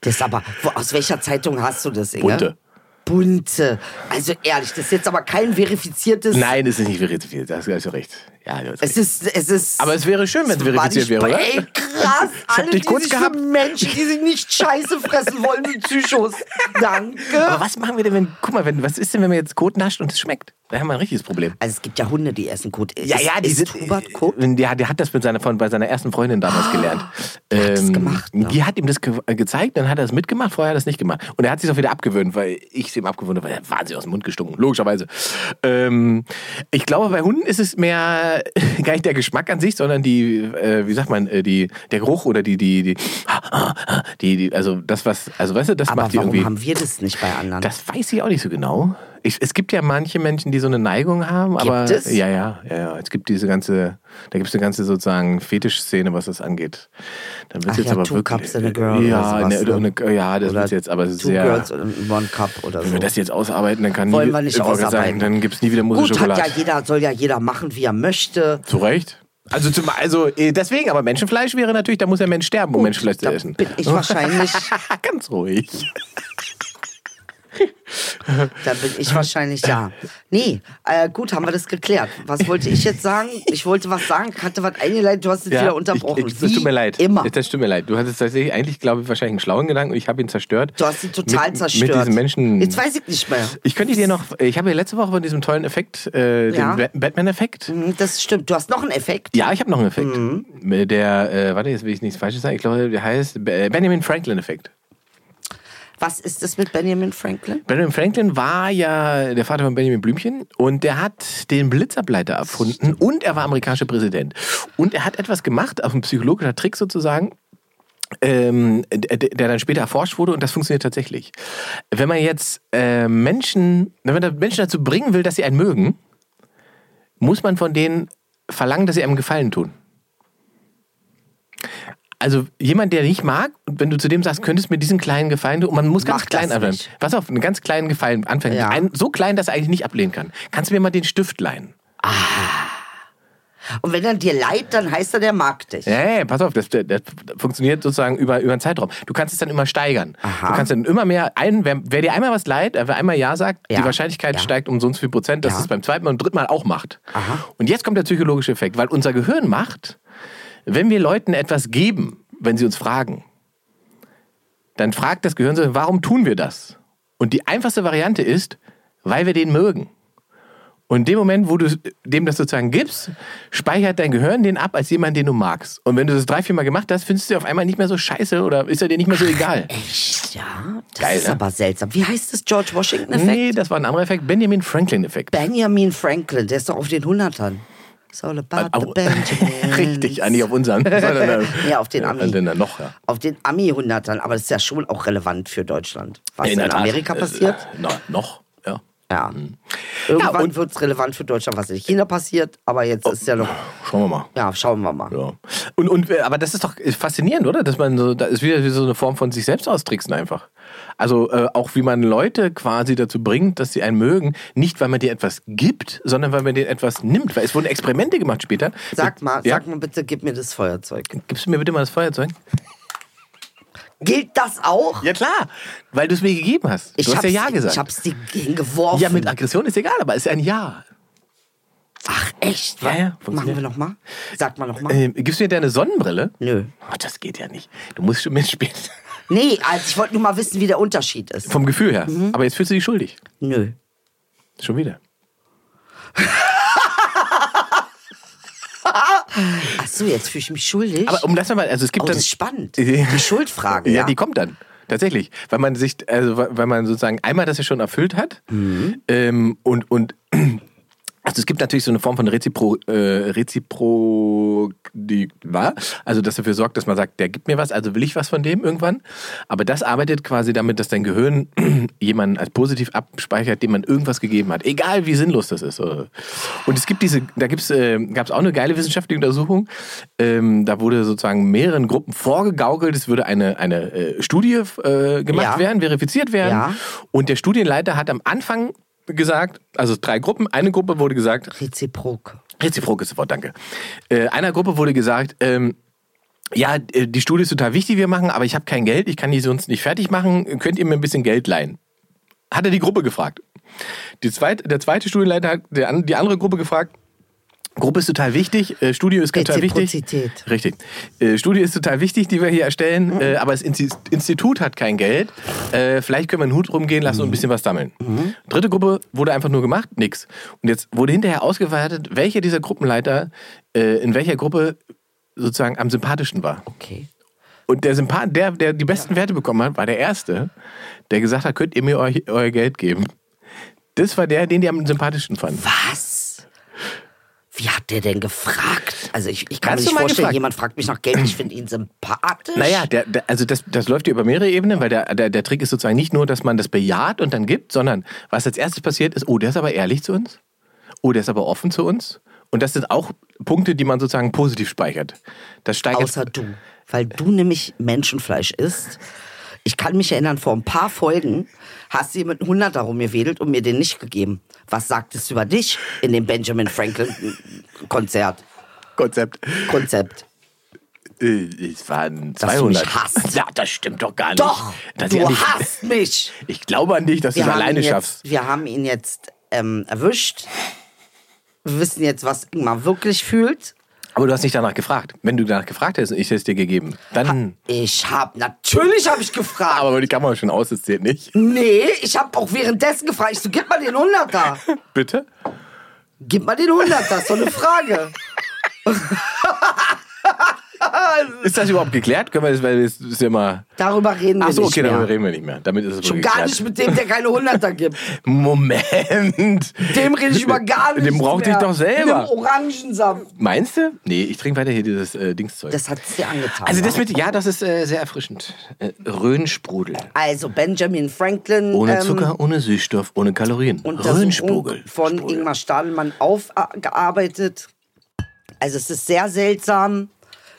E: Das ist aber, wo, aus welcher Zeitung hast du das, Inge?
B: Bunte.
E: Bunte. Also ehrlich, das ist jetzt aber kein verifiziertes.
B: nein, das ist nicht verifiziert. Da hast du recht. Ja, das
E: Es ist, es ist.
B: Aber es wäre schön, wenn es
E: war
B: verifiziert
E: nicht-
B: wäre, oder?
E: Ey, krass.
B: hab
E: Alle,
B: dich
E: die
B: kurz
E: sich
B: gehabt.
E: für Menschen, die sich nicht scheiße fressen wollen, sind Psychos. Danke.
B: Aber was machen wir denn, wenn, guck mal, wenn, was ist denn, wenn man jetzt Kot nascht und es schmeckt? Da haben wir ein richtiges Problem.
E: Also es gibt ja Hunde, die essen Kot.
B: Ja, ja, die
E: ist,
B: sind.
E: ist Hubert Kot?
B: Ja, der hat das mit seiner, von, bei seiner ersten Freundin damals gelernt. Der
E: hat das gemacht, ne?
B: Die hat ihm das ge äh, gezeigt, dann hat er das mitgemacht, vorher hat er das nicht gemacht. Und er hat sich auch wieder abgewöhnt, weil ich es ihm abgewöhnt habe, weil er hat wahnsinnig aus dem Mund gestunken, logischerweise. Ähm, ich glaube, bei Hunden ist es mehr gar nicht der Geschmack an sich, sondern die, äh, wie sagt man, äh, die, der Geruch oder die, die, die, die, die, also das, was, also weißt du, das
E: Aber
B: macht die
E: warum
B: irgendwie.
E: haben wir das nicht bei anderen?
B: Das weiß ich auch nicht so genau. Ich, es gibt ja manche Menschen, die so eine Neigung haben,
E: Gibt
B: aber
E: es?
B: ja, ja, ja, ja. Es gibt diese ganze, da gibt es eine ganze sozusagen Fetischszene, was das angeht. Dann wird
E: Ach
B: jetzt
E: ja,
B: aber
E: two
B: wirklich
E: cups and a girl
B: ja,
E: oder sowas,
B: ne,
E: ne?
B: ne, ja, das
E: Oder
B: wird jetzt aber
E: Two
B: sehr.
E: Girls in One Cup oder so.
B: wenn wir das jetzt ausarbeiten, dann kann
E: Wollen
B: nie,
E: wir nicht
B: ich wollte gerade
E: ausarbeiten.
B: Sagen, dann gibt es nie wieder Musik
E: Gut, hat
B: Schokolade.
E: ja jeder, soll ja jeder machen, wie er möchte.
B: Zu Recht. Also, zum, also äh, deswegen, aber Menschenfleisch wäre natürlich, da muss der Mensch sterben, um Menschenfleisch zu
E: da
B: essen.
E: bin ich wahrscheinlich,
B: Ganz ruhig.
E: da bin ich wahrscheinlich, ja. Nee, äh, gut, haben wir das geklärt. Was wollte ich jetzt sagen? Ich wollte was sagen, hatte was eingeleitet, du hast es wieder unterbrochen.
B: Ich, ich, das
E: Wie
B: tut mir leid.
E: Immer.
B: Das tut mir leid. Du hattest tatsächlich eigentlich, glaube ich, wahrscheinlich einen schlauen Gedanken und ich habe ihn zerstört.
E: Du hast ihn total
B: mit,
E: zerstört.
B: Mit diesen Menschen.
E: Jetzt weiß ich nicht mehr.
B: ich könnte dir noch, ich habe ja letzte Woche von diesem tollen Effekt, äh, den
E: Ja.
B: Ba- Batman-Effekt.
E: Hm, Das stimmt. Du hast noch einen Effekt.
B: Ja, ich habe noch einen Effekt.
E: Mhm.
B: Der, äh, warte, jetzt will ich nichts Falsches sagen. Ich glaube, der heißt Be- Benjamin Franklin-Effekt.
E: Was ist das mit Benjamin Franklin?
B: Benjamin Franklin war ja der Vater von Benjamin Blümchen und der hat den Blitzableiter erfunden und er war amerikanischer Präsident. Und er hat etwas gemacht, auch ein psychologischer Trick sozusagen, ähm, der, der dann später erforscht wurde und das funktioniert tatsächlich. Wenn man jetzt äh, Menschen, wenn man da Menschen dazu bringen will, dass sie einen mögen, muss man von denen verlangen, dass sie einem Gefallen tun. Also jemand, der dich mag, und wenn du zu dem sagst, könntest mir diesen kleinen Gefallen tun, und man muss ganz
E: Mach das
B: klein anfangen.
E: nicht.
B: Pass auf, einen ganz kleinen Gefallen anfangen.
E: Ja.
B: Einen, so klein, dass er eigentlich nicht ablehnen kann. Kannst du mir mal den Stift leihen?
E: Und wenn er dir leid, dann heißt er, der mag dich.
B: Ja, ja, ja, pass auf, das, das, das funktioniert sozusagen über, über einen Zeitraum. Du kannst es dann immer steigern. Du kannst dann immer mehr, ein, wer, wer dir einmal was leid, äh, wer einmal Ja sagt,
E: Ja.
B: die Wahrscheinlichkeit
E: Ja.
B: steigt um so und so viel Prozent, dass
E: Ja.
B: es beim zweiten Mal und dritten Mal auch macht. Und jetzt kommt der psychologische Effekt, weil unser Gehirn macht, wenn wir Leuten etwas geben, wenn sie uns fragen, dann fragt das Gehirn so, warum tun wir das? Und die einfachste Variante ist, weil wir den mögen. Und in dem Moment, wo du dem das sozusagen gibst, speichert dein Gehirn den ab als jemand, den du magst. Und wenn du das drei, vier Mal gemacht hast, findest du ihn auf einmal nicht mehr so scheiße oder ist er dir nicht mehr so egal.
E: Echt? Ja, das
B: Geil,
E: ist
B: ne?
E: aber seltsam. Wie heißt das George Washington-Effekt?
B: Nee, das war ein anderer Effekt. Benjamin Franklin-Effekt.
E: Benjamin Franklin, der ist doch auf den Hundertern. It's all about the
B: Ah, Au.
E: Benjamins.
B: Richtig, eigentlich auf unseren. äh,
E: Ja, auf den Ami.
B: Dann noch, ja.
E: Auf den Ami-Hundertern, aber das ist ja schon auch relevant für Deutschland. Was in,
B: der Tat.
E: Amerika passiert?
B: Äh, na, noch, ja.
E: Ja. Irgendwann
B: und-
E: wird es relevant für Deutschland, was in China passiert, aber jetzt ist ja noch.
B: Schauen wir mal.
E: Ja, schauen wir mal.
B: Ja. Und, und, äh, aber das ist doch faszinierend, oder? Dass man so, da ist wieder so eine Form von sich selbst austricksen einfach. Also äh, auch wie man Leute quasi dazu bringt, dass sie einen mögen, nicht weil man dir etwas gibt, sondern weil man dir etwas nimmt. Weil es wurden Experimente gemacht später.
E: Sag mal,
B: ja?
E: sag mal bitte, gib mir das Feuerzeug.
B: Gibst du mir bitte mal das Feuerzeug?
E: Gilt das auch?
B: Ja klar, weil du es mir gegeben hast.
E: Ich
B: du hast ja
E: hab's-
B: Ja gesagt.
E: Ich hab's dir hingeworfen.
B: ja, mit Aggression ist egal, aber es ist ein Ja.
E: Ach, echt?
B: Ja, ja,
E: Machen
B: funktioniert.
E: wir nochmal? Sag mal nochmal.
B: Ähm, gibst du mir deine Sonnenbrille?
E: Nö.
B: Oh, das geht ja nicht. Du musst schon mitspielen.
E: Nee, also ich wollte nur mal wissen, wie der Unterschied ist.
B: Vom Gefühl her.
E: Mhm.
B: Aber jetzt fühlst du dich schuldig.
E: Nö.
B: Schon wieder.
E: Ach so, jetzt fühle ich mich schuldig.
B: Aber um das nochmal, also es gibt
E: oh,
B: dann.
E: das ist spannend.
B: Ja.
E: Die Schuldfragen.
B: Ja,
E: Ja,
B: die kommt dann. Tatsächlich. Weil man sich, also weil weil man sozusagen einmal das ja schon erfüllt hat
E: Mhm.
B: ähm, und, und also es gibt natürlich so eine Form von Rezipro, äh, Rezipro die, wa? also das dafür sorgt, dass man sagt, der gibt mir was, also will ich was von dem irgendwann. Aber das arbeitet quasi damit, dass dein Gehirn jemanden als positiv abspeichert, dem man irgendwas gegeben hat. Egal wie sinnlos das ist. oder? Und es gibt diese, da gibt's, äh, gab es auch eine geile wissenschaftliche Untersuchung. Ähm, da wurde sozusagen mehreren Gruppen vorgegaukelt, es würde eine, eine äh, Studie äh, gemacht
E: Ja.
B: werden, verifiziert werden.
E: Ja.
B: Und der Studienleiter hat am Anfang gesagt, also drei Gruppen, eine Gruppe wurde gesagt,
E: Reziprok.
B: reziprokes Wort, danke. Äh, einer Gruppe wurde gesagt, ähm, ja, äh, die Studie ist total wichtig, wir machen, aber ich habe kein Geld, ich kann die sonst nicht fertig machen, könnt ihr mir ein bisschen Geld leihen? Hat er die Gruppe gefragt. Die zweite, der zweite Studienleiter hat der, an- die andere Gruppe gefragt, Gruppe ist total wichtig, äh, Studio ist total wichtig.
E: Reziprozität.
B: Richtig. Äh, Studie ist total wichtig, die wir hier erstellen, äh, aber das Insti- Institut hat kein Geld. Äh, vielleicht können wir einen Hut rumgehen lassen und ein bisschen was sammeln. Dritte Gruppe wurde einfach nur gemacht, nix. Und jetzt wurde hinterher ausgewertet, welcher dieser Gruppenleiter äh, in welcher Gruppe sozusagen am sympathischsten war.
E: Okay.
B: Und der Sympath, der, der die besten Werte bekommen hat, war der Erste, der gesagt hat, könnt ihr mir euch, euer Geld geben. Das war der, den die am sympathischsten fanden.
E: Was? Wie hat der denn gefragt? Also ich, ich kann
B: Hast du
E: mir nicht
B: mal
E: vorstellen,
B: gefragt?
E: jemand fragt mich nach Geld, ich finde ihn sympathisch.
B: Naja, der, der, also das, das läuft ja über mehrere Ebenen, weil der, der, der Trick ist sozusagen nicht nur, dass man das bejaht und dann gibt, sondern was als erstes passiert ist, oh, der ist aber ehrlich zu uns. Oh, der ist aber offen zu uns. Und das sind auch Punkte, die man sozusagen positiv speichert. Das steigert.
E: Außer du. Weil du nämlich Menschenfleisch isst. Ich kann mich erinnern, vor ein paar Folgen hast du hier mit 100 darum gewedelt und mir den nicht gegeben. Was sagt es über dich in dem Benjamin Franklin-Konzert?
B: Konzept.
E: Konzept.
B: Äh, Es waren
E: du
B: 200.
E: mich hasst.
B: Ja, das stimmt doch gar nicht.
E: Doch,
B: Dass ich,
E: du
B: an dich-
E: hasst mich.
B: ich glaube an dich, dass du es
E: haben
B: alleine
E: ihn
B: schaffst.
E: Jetzt, wir haben ihn jetzt ähm, erwischt. Wir wissen jetzt, was Ingmar wirklich fühlt.
B: Aber du hast nicht danach gefragt. Wenn du danach gefragt hättest und ich hätte es dir gegeben, dann.
E: Ich habe natürlich habe ich gefragt.
B: Aber die Kamera schon aus, das zählt nicht.
E: Nee, ich habe auch währenddessen gefragt. Ich so, gib mal den 100er.
B: Bitte?
E: Gib mal den 100er, ist doch eine Frage.
B: Ist das überhaupt geklärt? Können wir das, weil das ist ja immer.
E: Darüber reden wir
B: Ach so,
E: nicht
B: okay,
E: mehr.
B: darüber reden wir nicht mehr. Damit ist es
E: Schon
B: wohl
E: gar
B: geklärt.
E: nicht mit dem, der keine 100er gibt.
B: Moment.
E: Dem rede ich über gar nichts
B: Den brauchte ich
E: mehr.
B: doch
E: Mit
B: selber.
E: dem Orangensaft.
B: Meinst du? Nee, ich trinke weiter hier dieses äh, Dingszeug.
E: Das hat's dir angetan. ne?
B: also das
E: wa?
B: mit, ja, das ist äh, sehr erfrischend. Äh, Röhnsprudel.
E: also Benjamin Franklin.
B: Ohne
E: ähm,
B: Zucker, ohne Süßstoff, ohne Kalorien. Röhnsprudel.
E: Untersuchung von Ingmar Stadelmann aufgearbeitet. Also es ist sehr seltsam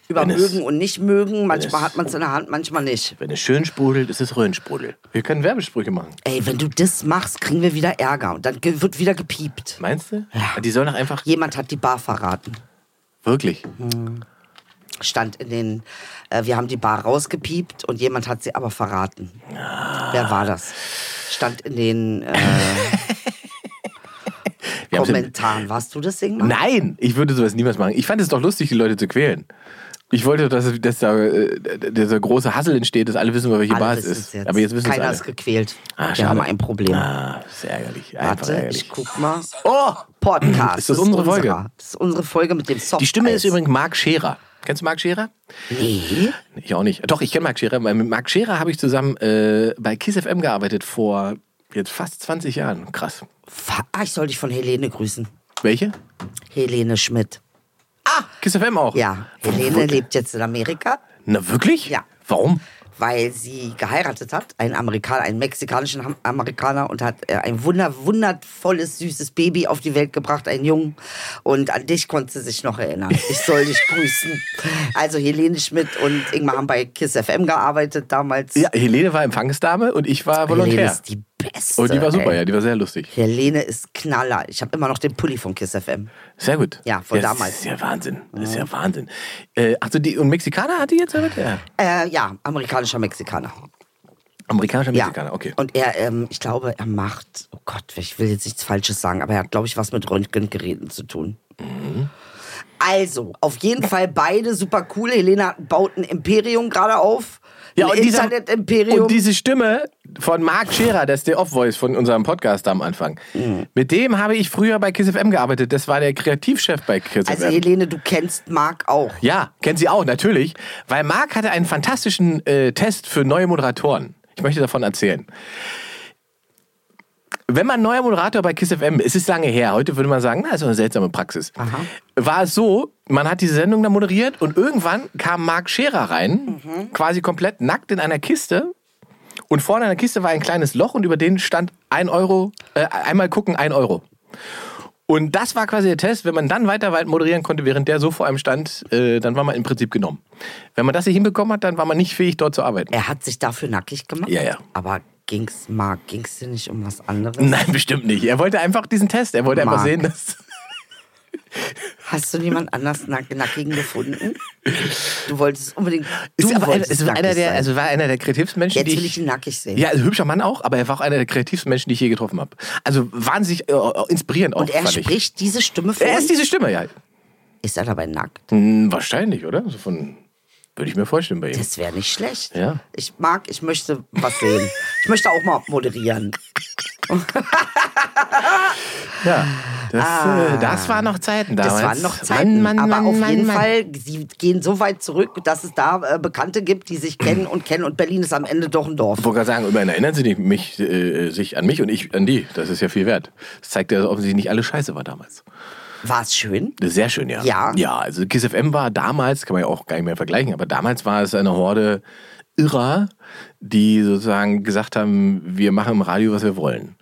E: über
B: Wenn es-
E: mögen und nicht mögen. Manchmal
B: es-
E: hat man es in der Hand, manchmal nicht.
B: Wenn es schön sprudelt, ist es Röhnsprudel. Wir können Werbesprüche machen.
E: Ey, wenn du das machst, kriegen wir wieder Ärger und dann ge- wird wieder gepiept.
B: Meinst du? Die sollen doch einfach...
E: Jemand hat die Bar verraten.
B: Wirklich.
E: Stand in den, äh, wir haben die Bar rausgepiept und jemand hat sie aber verraten. Wer war das? Stand in den äh,
B: Wir haben's im-
E: Kommentaren. Warst du das, Ingmar?
B: Nein, ich würde sowas niemals machen. Ich fand es doch lustig, die Leute zu quälen. Ich wollte, dass, dass da äh, dieser große Hassel entsteht, dass alle wissen, welche
E: Alle
B: Bar es
E: wissen es
B: ist.
E: jetzt.
B: Aber jetzt wissen
E: Keiner
B: es
E: ist
B: alle.
E: gequält.
B: Ah,
E: wir
B: schade.
E: haben ein Problem.
B: Ah, das ist ärgerlich. Einfach
E: Warte,
B: ärgerlich.
E: ich guck mal.
B: Oh!
E: Podcast.
B: Ist das unsere Folge?
E: unserer. Das ist unsere Folge mit dem Soft.
B: Die Stimme ist übrigens Marc Scherer. Kennst du Marc Scherer?
E: Nee.
B: Ich auch nicht. Doch, ich kenne Marc Scherer, weil mit Marc Scherer habe ich zusammen äh, bei Kiss FM gearbeitet vor jetzt fast 20 Jahren. Krass.
E: Fa- Ah, ich soll dich von Helene grüßen.
B: Welche?
E: Helene Schmidt.
B: Kiss FM auch?
E: Ah! Ja, Helene lebt jetzt in Amerika,
B: Na wirklich?
E: Ja.
B: Warum?
E: weil sie geheiratet hat, einen Amerikaner, einen mexikanischen Ham- Amerikaner und hat äh, ein wunder wundervolles süßes Baby auf die Welt gebracht, einen Jungen und an dich konnte sie sich noch erinnern. Ich soll dich grüßen. Also Helene Schmidt und Ingmar haben bei Kiss FM gearbeitet damals.
B: Ja, Helene war Empfangsdame und ich war
E: Helene
B: Volontär.
E: ist die beste.
B: Und Oh, die war super,
E: ey.
B: ja, die war sehr lustig.
E: Helene ist Knaller. Ich habe immer noch den Pulli von Kiss FM.
B: Sehr gut.
E: Ja, von
B: das
E: damals. Mhm.
B: ist ja Wahnsinn. Das ist ja Wahnsinn. Äh, ach so, die, und Mexikaner hat die jetzt damit? Ja.
E: Äh, ja, amerikanischer Mexikaner.
B: Amerikanischer
E: Ja.
B: Mexikaner, okay.
E: Und er, ähm, ich glaube, er macht, oh Gott, ich will jetzt nichts Falsches sagen, aber er hat, glaube ich, was mit Röntgengeräten zu tun.
B: Mhm.
E: Also, auf jeden Fall beide super cool. Helene hat- baut ein Imperium gerade auf.
B: Ja,
E: ein
B: und, dieser,
E: Internet-Imperium.
B: und diese Stimme von Mark Scherer, das ist der Off-Voice von unserem Podcast am Anfang.
E: Mhm.
B: Mit dem habe ich früher bei Kiss FM gearbeitet. Das war der Kreativchef bei Kiss
E: also,
B: FM.
E: Helene, du kennst Marc auch.
B: Ja, kennt sie auch, natürlich. Weil Marc hatte einen fantastischen äh, Test für neue Moderatoren. Ich möchte davon erzählen. Wenn man neuer Moderator bei Kiss FM, es ist lange her, heute würde man sagen, na, ist doch eine seltsame Praxis. War es so, man hat diese Sendung dann moderiert und irgendwann kam Marc Scherer rein, quasi komplett nackt in einer Kiste. Und vorne an der Kiste war ein kleines Loch und über den stand ein Euro, äh, einmal gucken, ein Euro. Und das war quasi der Test. Wenn man dann weiter weit moderieren konnte, während der so vor einem stand, äh, dann war man im Prinzip genommen. Wenn man das nicht hinbekommen hat, dann war man nicht fähig, dort zu arbeiten.
E: Er hat sich dafür nackig gemacht.
B: Ja, ja.
E: Aber ging's, Marc, ging's dir nicht um was anderes?
B: Nein, bestimmt nicht. Er wollte einfach diesen Test. Er wollte einfach
E: Marc.
B: sehen, dass.
E: Hast du niemand anders nack- nackigen gefunden? Du wolltest unbedingt. Du
B: Ist aber einer,
E: wolltest
B: ist einer
E: nackig
B: der,
E: sein.
B: also war einer der kreativsten Menschen,
E: Jetzt
B: die
E: will
B: ich
E: ich ihn nackig sehen.
B: Ja, also hübscher Mann auch, aber er war auch einer der kreativsten Menschen, die ich je getroffen habe. Also wahnsinnig äh, inspirierend auch.
E: Und er
B: fand ich.
E: spricht diese Stimme vor.
B: Er
E: uns?
B: ist diese Stimme, ja.
E: Ist er dabei nackt?
B: Hm, wahrscheinlich, oder? So von, würde ich mir vorstellen bei ihm.
E: Das wäre nicht schlecht.
B: Ja.
E: Ich mag, ich möchte was sehen. Ich möchte auch mal moderieren.
B: Ja. Das, äh, das waren noch Zeiten
E: Ah. Das
B: damals.
E: waren noch Zeiten,
B: Mann, Mann,
E: aber
B: Mann,
E: auf
B: Mann,
E: jeden
B: Mann.
E: Fall, sie gehen so weit zurück, dass es da äh, Bekannte gibt, die sich kennen und kennen und Berlin ist am Ende doch ein Dorf.
B: Ich wollte gerade sagen, immerhin erinnern sie nicht mich, äh, sich an mich und ich an die. Das ist ja viel wert. Das zeigt ja, dass offensichtlich nicht alles scheiße war damals.
E: War es schön?
B: Das ist Sehr schön, ja.
E: Ja.
B: Ja, also Kiss FM war damals, kann man ja auch gar nicht mehr vergleichen, aber damals war es eine Horde Irrer, die sozusagen gesagt haben, wir machen im Radio, was wir wollen.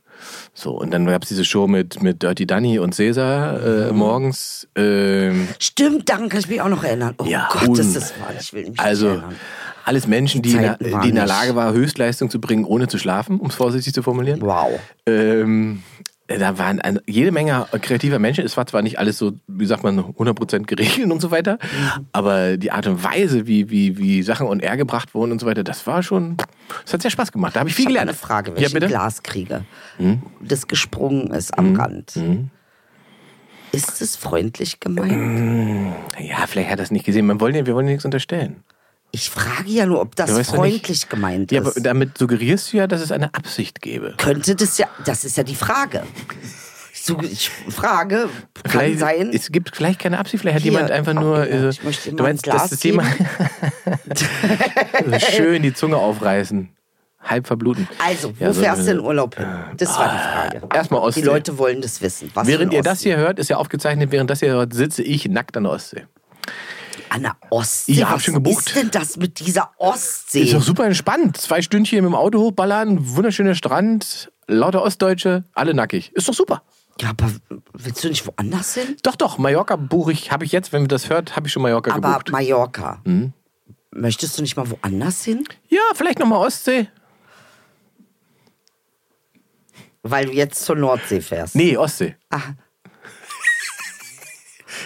B: So, und dann gab es diese Show mit, mit Dirty Danny und Cäsar äh, morgens. ähm,
E: Stimmt, daran kann ich mich auch noch erinnern. Oh
B: ja,
E: Gott,
B: un-
E: das ist wahr. Ich will mich nicht
B: Also
E: erinnern.
B: alles Menschen, die,
E: Die
B: in der-
E: Zeiten waren
B: die in der
E: nicht-
B: Lage waren, Höchstleistung zu bringen, ohne zu schlafen, um es vorsichtig zu formulieren.
E: Wow.
B: Ähm, da waren ein, jede Menge kreativer Menschen. Es war zwar nicht alles so, wie sagt man, 100% geregelt und so weiter,
E: Mhm.
B: aber die Art und Weise, wie, wie, wie Sachen on air gebracht wurden und so weiter, das war schon, das hat sehr Spaß gemacht. Da habe ich viel
E: Ich habe
B: gelernt.
E: eine Frage, wenn
B: ja,
E: ich ein
B: bitte? Hm?
E: Glas kriege, das gesprungen ist am Rand. Ist es freundlich gemeint?
B: ja, vielleicht hat er es nicht gesehen. Man wollen, ja- wir wollen ja nichts unterstellen.
E: Ich frage ja nur, ob das
B: Ja, weißt du
E: freundlich
B: nicht?
E: gemeint
B: Ja, aber
E: ist.
B: damit suggerierst du ja, dass es eine Absicht gäbe.
E: Könnte das ja, das ist ja die Frage. So, ich frage, kann
B: Vielleicht,
E: sein.
B: Es gibt vielleicht keine Absicht, vielleicht hat
E: Hier,
B: jemand einfach nur.
E: oh,
B: äh,
E: ich möchte
B: du
E: mal ein
B: meinst,
E: Glas
B: dass das jemand schön die Zunge aufreißen, halb verbluten.
E: also, wo
B: Ja, so- Ah,
E: fährst du in Urlaub hin? Das war die Frage.
B: Erstmal
E: Die
B: Ostsee.
E: Leute wollen das wissen. Was
B: während
E: für ein
B: ihr das
E: Ostsee?
B: hier hört, ist ja aufgezeichnet, während das hier hört, sitze ich nackt an der Ostsee.
E: An der Ostsee.
B: Ja, hab
E: was
B: schon gebucht.
E: ist denn das mit dieser
B: Ist
E: Ostsee?
B: doch super entspannt. Zwei Stündchen mit dem Auto hochballern, wunderschöner Strand, lauter Ostdeutsche, alle nackig. Ist doch super.
E: Ja, aber willst du nicht woanders hin?
B: Doch, doch, Mallorca buche ich, habe ich jetzt, wenn wir das hört, habe ich schon Mallorca
E: Aber
B: gebucht. Mhm.
E: Mallorca. Möchtest du nicht mal woanders hin?
B: Ja, vielleicht nochmal Ostsee.
E: Weil du jetzt zur Nordsee fährst.
B: Nee, Ostsee.
E: Ach,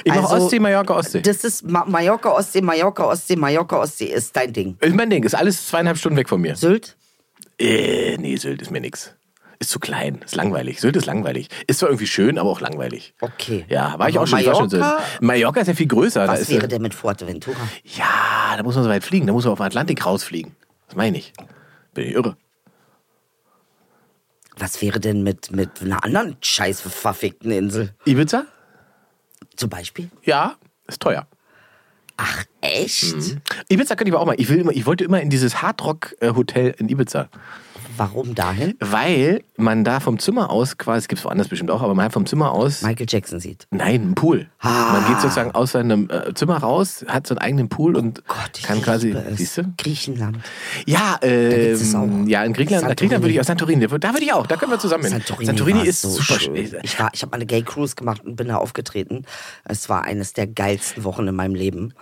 B: Ich mache
E: Also,
B: Ostsee, Mallorca, Ostsee.
E: das ist Ma Mallorca Ostsee, Mallorca Ostsee, Mallorca Ostsee ist dein Ding.
B: Ist mein Ding, ist alles zweieinhalb Stunden weg von mir.
E: Sylt?
B: Äh, nee, Sylt ist mir nix. Ist zu klein, ist langweilig. Sylt ist langweilig. Ist zwar irgendwie schön, aber auch langweilig.
E: Okay.
B: Ja, war ich
E: Aber
B: auch schon, ich war schon in Sylt.
E: Mallorca?
B: Mallorca ist ja viel größer. da
E: Was
B: ist
E: wäre
B: ja-
E: denn mit Fuerteventura?
B: Ja, da muss man so weit fliegen, da muss man auf den Atlantik rausfliegen. Das meine ich. Bin ich irre.
E: Was wäre denn mit, mit einer anderen scheiß verfickten Insel?
B: Ibiza?
E: Zum Beispiel?
B: Ja, ist teuer.
E: Ach, echt?
B: Ibiza könnte ich aber auch mal. Ich, will immer, ich wollte immer in dieses Hardrock-Hotel in Ibiza.
E: Warum dahin?
B: Weil man da vom Zimmer aus quasi, gibt es woanders bestimmt auch, aber man hat vom Zimmer aus
E: Michael Jackson sieht.
B: Nein, ein Pool.
E: Ah.
B: Man geht sozusagen aus seinem äh, Zimmer raus, hat so einen eigenen Pool und
E: Oh Gott, ich
B: kann quasi.
E: liebe es.
B: Siehst du?
E: Griechenland.
B: Ja,
E: gibt's es auch.
B: ähm, ja, in Griechenland,
E: Santorini.
B: nach Griechenland würde ich auch Santorini. Da würde ich auch, da können wir zusammen hin.
E: Santorini, war
B: ist äh,
E: so
B: super
E: schön.
B: schön.
E: Ich, war, ich habe eine Gay Cruise gemacht und bin da aufgetreten. Es war eines der geilsten Wochen in meinem Leben.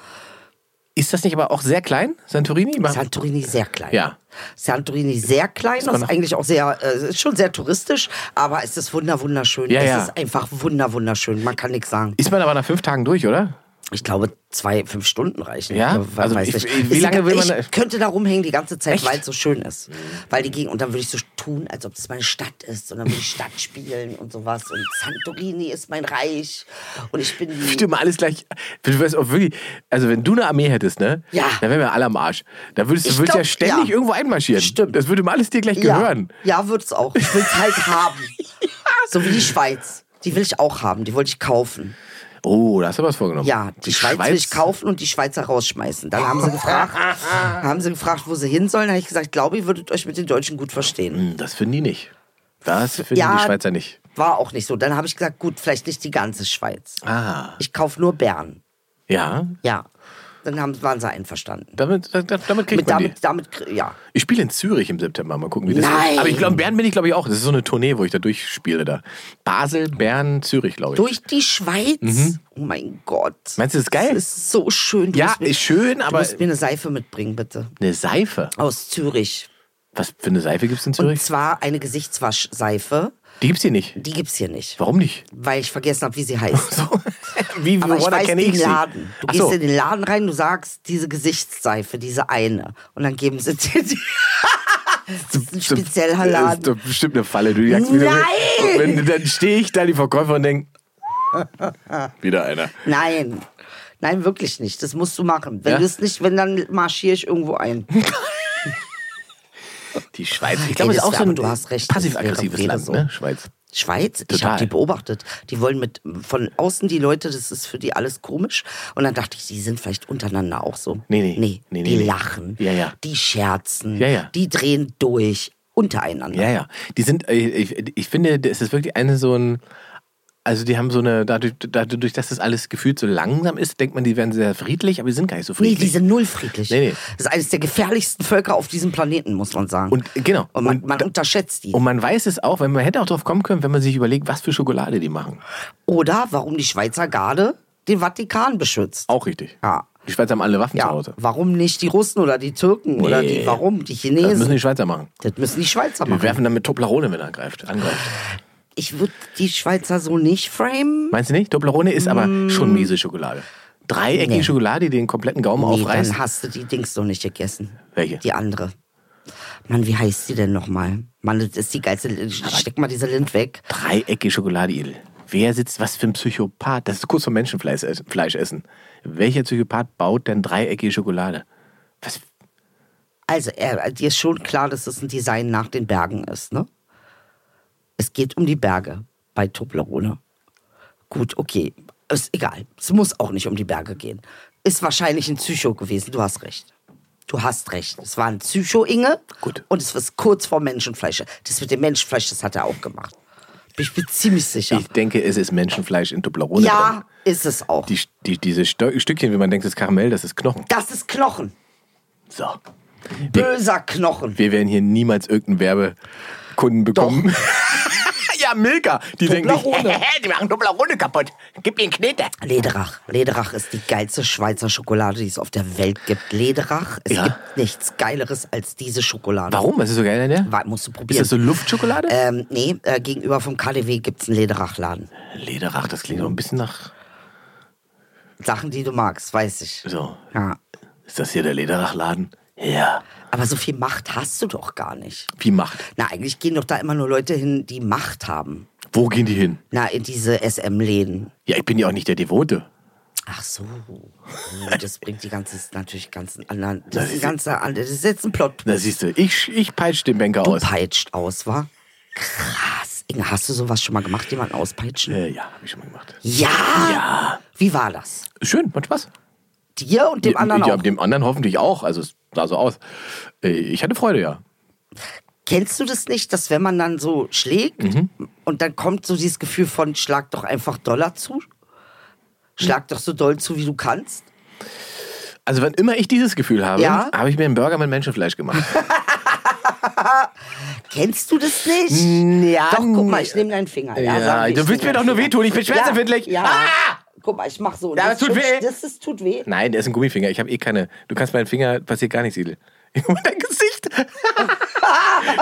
B: Ist das nicht aber auch sehr klein, Santorini? Man-
E: Santorini sehr klein.
B: Ja.
E: Santorini sehr klein, das
B: man
E: ist
B: auch-
E: eigentlich auch sehr, äh, ist schon sehr touristisch, aber es ist wunder, wunderschön.
B: Ja,
E: es
B: ja.
E: ist einfach wunder, wunderschön. Man kann nichts sagen.
B: Ist man aber nach fünf Tagen durch, oder?
E: Ich glaube, zwei, fünf Stunden reichen.
B: Ja?
E: Ich
B: Also
E: weiß
B: ich-
E: nicht.
B: wie
E: Ist
B: lange
E: egal,
B: will man da-
E: Ich könnte da rumhängen die ganze Zeit,
B: Echt?
E: weil es so schön ist. Weil die Gegend, und dann würde ich so tun, als ob das meine Stadt ist. Und dann würde ich Stadt spielen und sowas. Und Santorini ist mein Reich. Und ich bin die...
B: Stimmt, alles gleich. Du wärst auch wirklich, also wenn du eine Armee hättest, ne?
E: Ja.
B: Dann wären wir alle am Arsch. Da würdest du
E: Ich
B: würdest ja
E: glaub,
B: ständig
E: ja.
B: irgendwo einmarschieren.
E: Stimmt.
B: Das würde mal alles dir gleich gehören.
E: Ja, ja würde es auch. Ich will es halt haben. So wie die Schweiz. Die will ich auch haben. Die wollte ich kaufen.
B: Oh, da hast du was vorgenommen.
E: Ja, die, Schweiz, will ich kaufen und die Schweizer rausschmeißen. Dann haben sie gefragt, haben sie gefragt, wo sie hin sollen. Dann habe ich gesagt, glaube ich, würdet euch mit den Deutschen gut verstehen.
B: Hm, Das finden die nicht. Das finden
E: Ja.
B: die Schweizer nicht.
E: War auch nicht so. Dann habe ich gesagt, gut, vielleicht nicht die ganze Schweiz.
B: Ah,
E: Ich kaufe nur Bern.
B: ja.
E: Ja. Dann haben, waren sie einverstanden.
B: Damit, da- damit kriegt
E: Mit,
B: man die.
E: damit, damit, krie- ja.
B: Ich spiele in Zürich im September. Mal gucken, wie das
E: Nein!
B: ist. Aber ich glaube, in Bern bin ich, glaube ich, auch. Das ist so eine Tournee, wo ich da durchspiele da. Basel, Bern, Zürich, glaube ich.
E: Durch die Schweiz? Oh mein Gott.
B: Mhm. Meinst du, das ist geil?
E: Das ist so schön. Du
B: Ja,
E: musst mir-
B: ist schön,
E: Du
B: aber-
E: musst mir eine Seife mitbringen, bitte.
B: Eine Seife.
E: Aus Zürich.
B: Was für eine Seife gibt es in
E: Und
B: Zürich?
E: zwar eine Gesichtswaschseife.
B: Die gibt es hier nicht.
E: Die gibt's hier nicht,
B: Warum nicht?
E: weil ich vergessen habe, wie sie heißt.
B: Wie,
E: Aber ich
B: woran
E: weiß
B: erkenne
E: den
B: ich sie?
E: Laden. Du
B: Ach
E: gehst
B: so.
E: in den Laden rein, du sagst diese Gesichtsseife, diese eine. Und dann geben sie dir die. das ist ein spezieller
B: Das
E: Laden.
B: ist doch bestimmt eine Falle. Du jagst wieder
E: Nein!
B: Mit. Und wenn- dann stehe ich da, die Verkäufer, und denke, wieder einer.
E: Nein. Nein, wirklich nicht. Das musst du machen. Wenn
B: Ja?
E: du es nicht, wenn, dann marschiere ich irgendwo ein.
B: Die Schweiz. Ah, Ich
E: Ey,
B: glaube, es ist
E: das
B: auch
E: wär-
B: so ein
E: aber du hast recht, das wäre
B: passiv-aggressives
E: wieder
B: Land,
E: so.
B: ne? Schweiz.
E: Schweiz, ich
B: Total.
E: habe die beobachtet. Die wollen mit von außen die Leute, das ist für die alles komisch. Und dann dachte ich, die sind vielleicht untereinander auch so.
B: Nee, nee.
E: Nee,
B: Nee, nee,
E: die
B: nee.
E: lachen,
B: Ja, ja.
E: die scherzen,
B: Ja, ja.
E: die drehen durch untereinander.
B: Ja, ja. Die sind, äh, ich, ich finde, es ist wirklich eine so ein. Also die haben so eine, dadurch, dadurch, dass das alles gefühlt so langsam ist, denkt man, die wären sehr friedlich, aber die sind gar nicht so
E: Nee,
B: friedlich.
E: die sind null friedlich.
B: Nee, nee.
E: Das ist eines der gefährlichsten Völker auf diesem Planeten, muss man sagen.
B: Und, äh, genau.
E: Und man,
B: Und
E: man
B: da- Um
E: unterschätzt die.
B: und man weiß es auch, weil man hätte auch drauf kommen können, wenn man sich überlegt, was für Schokolade die machen.
E: Oder warum die Schweizer Garde den Vatikan beschützt.
B: Auch richtig.
E: Ja.
B: Die Schweizer haben alle Waffen
E: Ja,
B: zu Hause.
E: warum nicht die Russen oder die Türken oder
B: Nee.
E: die, warum die
B: Das
E: Chinesen?
B: müssen die Schweizer machen.
E: Schweizer
B: Wir
E: machen.
B: werfen dann mit Toblerone, wenn er angreift. angreift.
E: ich würde die Schweizer so nicht framen.
B: Meinst du nicht? Toblerone ist aber schon miese Schokolade. Dreieckige
E: Nee.
B: Schokolade, die den kompletten Gaumen
E: Nee,
B: aufreißt.
E: dann hast du die Dings noch nicht gegessen.
B: Welche?
E: Die andere. Mann, wie heißt die denn nochmal? Mann, das ist die geilste. Lind. Steck mal diese Lind weg.
B: Dreieckige Schokolade, Edel. Wer sitzt, was für ein Psychopath? Das ist kurz vor Menschenfleisch es- Fleisch essen. Welcher Psychopath baut denn dreieckige Schokolade? Was?
E: Also, er, dir ist schon klar, dass es ein Design nach den Bergen ist, ne? Es geht um die Berge bei Toblerone. Gut, okay. Ist egal. Es muss auch nicht um die Berge gehen. Ist wahrscheinlich ein Psycho gewesen. Du hast recht. Du hast recht. Es war ein Psycho, Inge.
B: Gut.
E: Und es ist kurz vor Menschenfleisch. Das mit dem Menschenfleisch, das hat er auch gemacht. Bin ich mir ziemlich sicher.
B: Ich denke, es ist Menschenfleisch in Toblerone
E: ja,
B: drin.
E: ist es auch.
B: Die, die, diese Stö Stückchen, wie man denkt, das ist Karamell, das ist Knochen.
E: das ist Knochen.
B: So. Wir,
E: Böser Knochen.
B: wir werden hier niemals irgendeinen Werbekunden bekommen. ja, Milka. Die denken
E: Toblerone.
B: nicht, die machen Toblerone kaputt. Gib ihnen Knete.
E: Lederach. Lederach ist die geilste Schweizer Schokolade, die es auf der Welt gibt. Lederach, es
B: Ja.
E: gibt nichts Geileres als diese Schokolade.
B: Warum? Was ist so geil an der?
E: Wa- musst du probieren.
B: Ist das so Luftschokolade?
E: Ähm, nee, äh, gegenüber vom KDW gibt's einen Lederachladen.
B: Lederach, das klingt doch ein bisschen nach...
E: Sachen, die du magst, weiß ich.
B: So,
E: Ja.
B: Ist das hier der Lederachladen? Ja.
E: Aber so viel Macht hast du doch gar nicht.
B: Wie Macht?
E: Na, eigentlich gehen doch da immer nur Leute hin, die Macht haben.
B: Wo gehen die hin?
E: Na, in diese SM-Läden.
B: Ja, ich bin ja auch nicht der Devote.
E: Ach so. Oh, Das bringt die ganze, natürlich ganzen anderen.
B: Na,
E: Das ist, ein
B: siehst du.
E: ganzer, andere- das ist jetzt ein Plot.
B: Na siehst du, ich, ich peitsche den Banker aus.
E: auspeitscht aus, war? Krass. Inge, hast du sowas schon mal gemacht, jemanden auspeitschen?
B: Äh, ja, habe ich schon mal gemacht.
E: Ja!
B: Ja.
E: Wie war das?
B: Schön, macht Spaß.
E: Dir und dem anderen
B: ja,
E: auch?
B: dem anderen hoffentlich auch. Also es sah so aus. Äh, Ich hatte Freude, ja.
E: Kennst du das nicht, dass wenn man dann so schlägt
B: Mhm.
E: und dann kommt so dieses Gefühl von schlag doch einfach Dollar zu? Schlag doch so doll zu, wie du kannst.
B: Also wann immer ich dieses Gefühl habe,
E: Ja?
B: habe ich mir einen Burger mit Menschenfleisch gemacht.
E: Kennst du das nicht?
B: Ja,
E: Doch, guck mal,
B: nee.
E: ich nehme deinen Finger.
B: Ja,
E: sag mir,
B: du
E: ich
B: willst
E: nehm
B: mir doch
E: deinen
B: nur
E: Finger.
B: wehtun, ich bin schmerzempfindlich.
E: Ja, ja.
B: Ah!
E: Guck mal, ich mach so.
B: Ja, das tut
E: ist schon-
B: weh.
E: Das ist, tut weh.
B: Nein, der ist ein Gummifinger. Ich habe eh keine. Du kannst meinen Finger, passiert gar nichts, Idel. Dein Gesicht.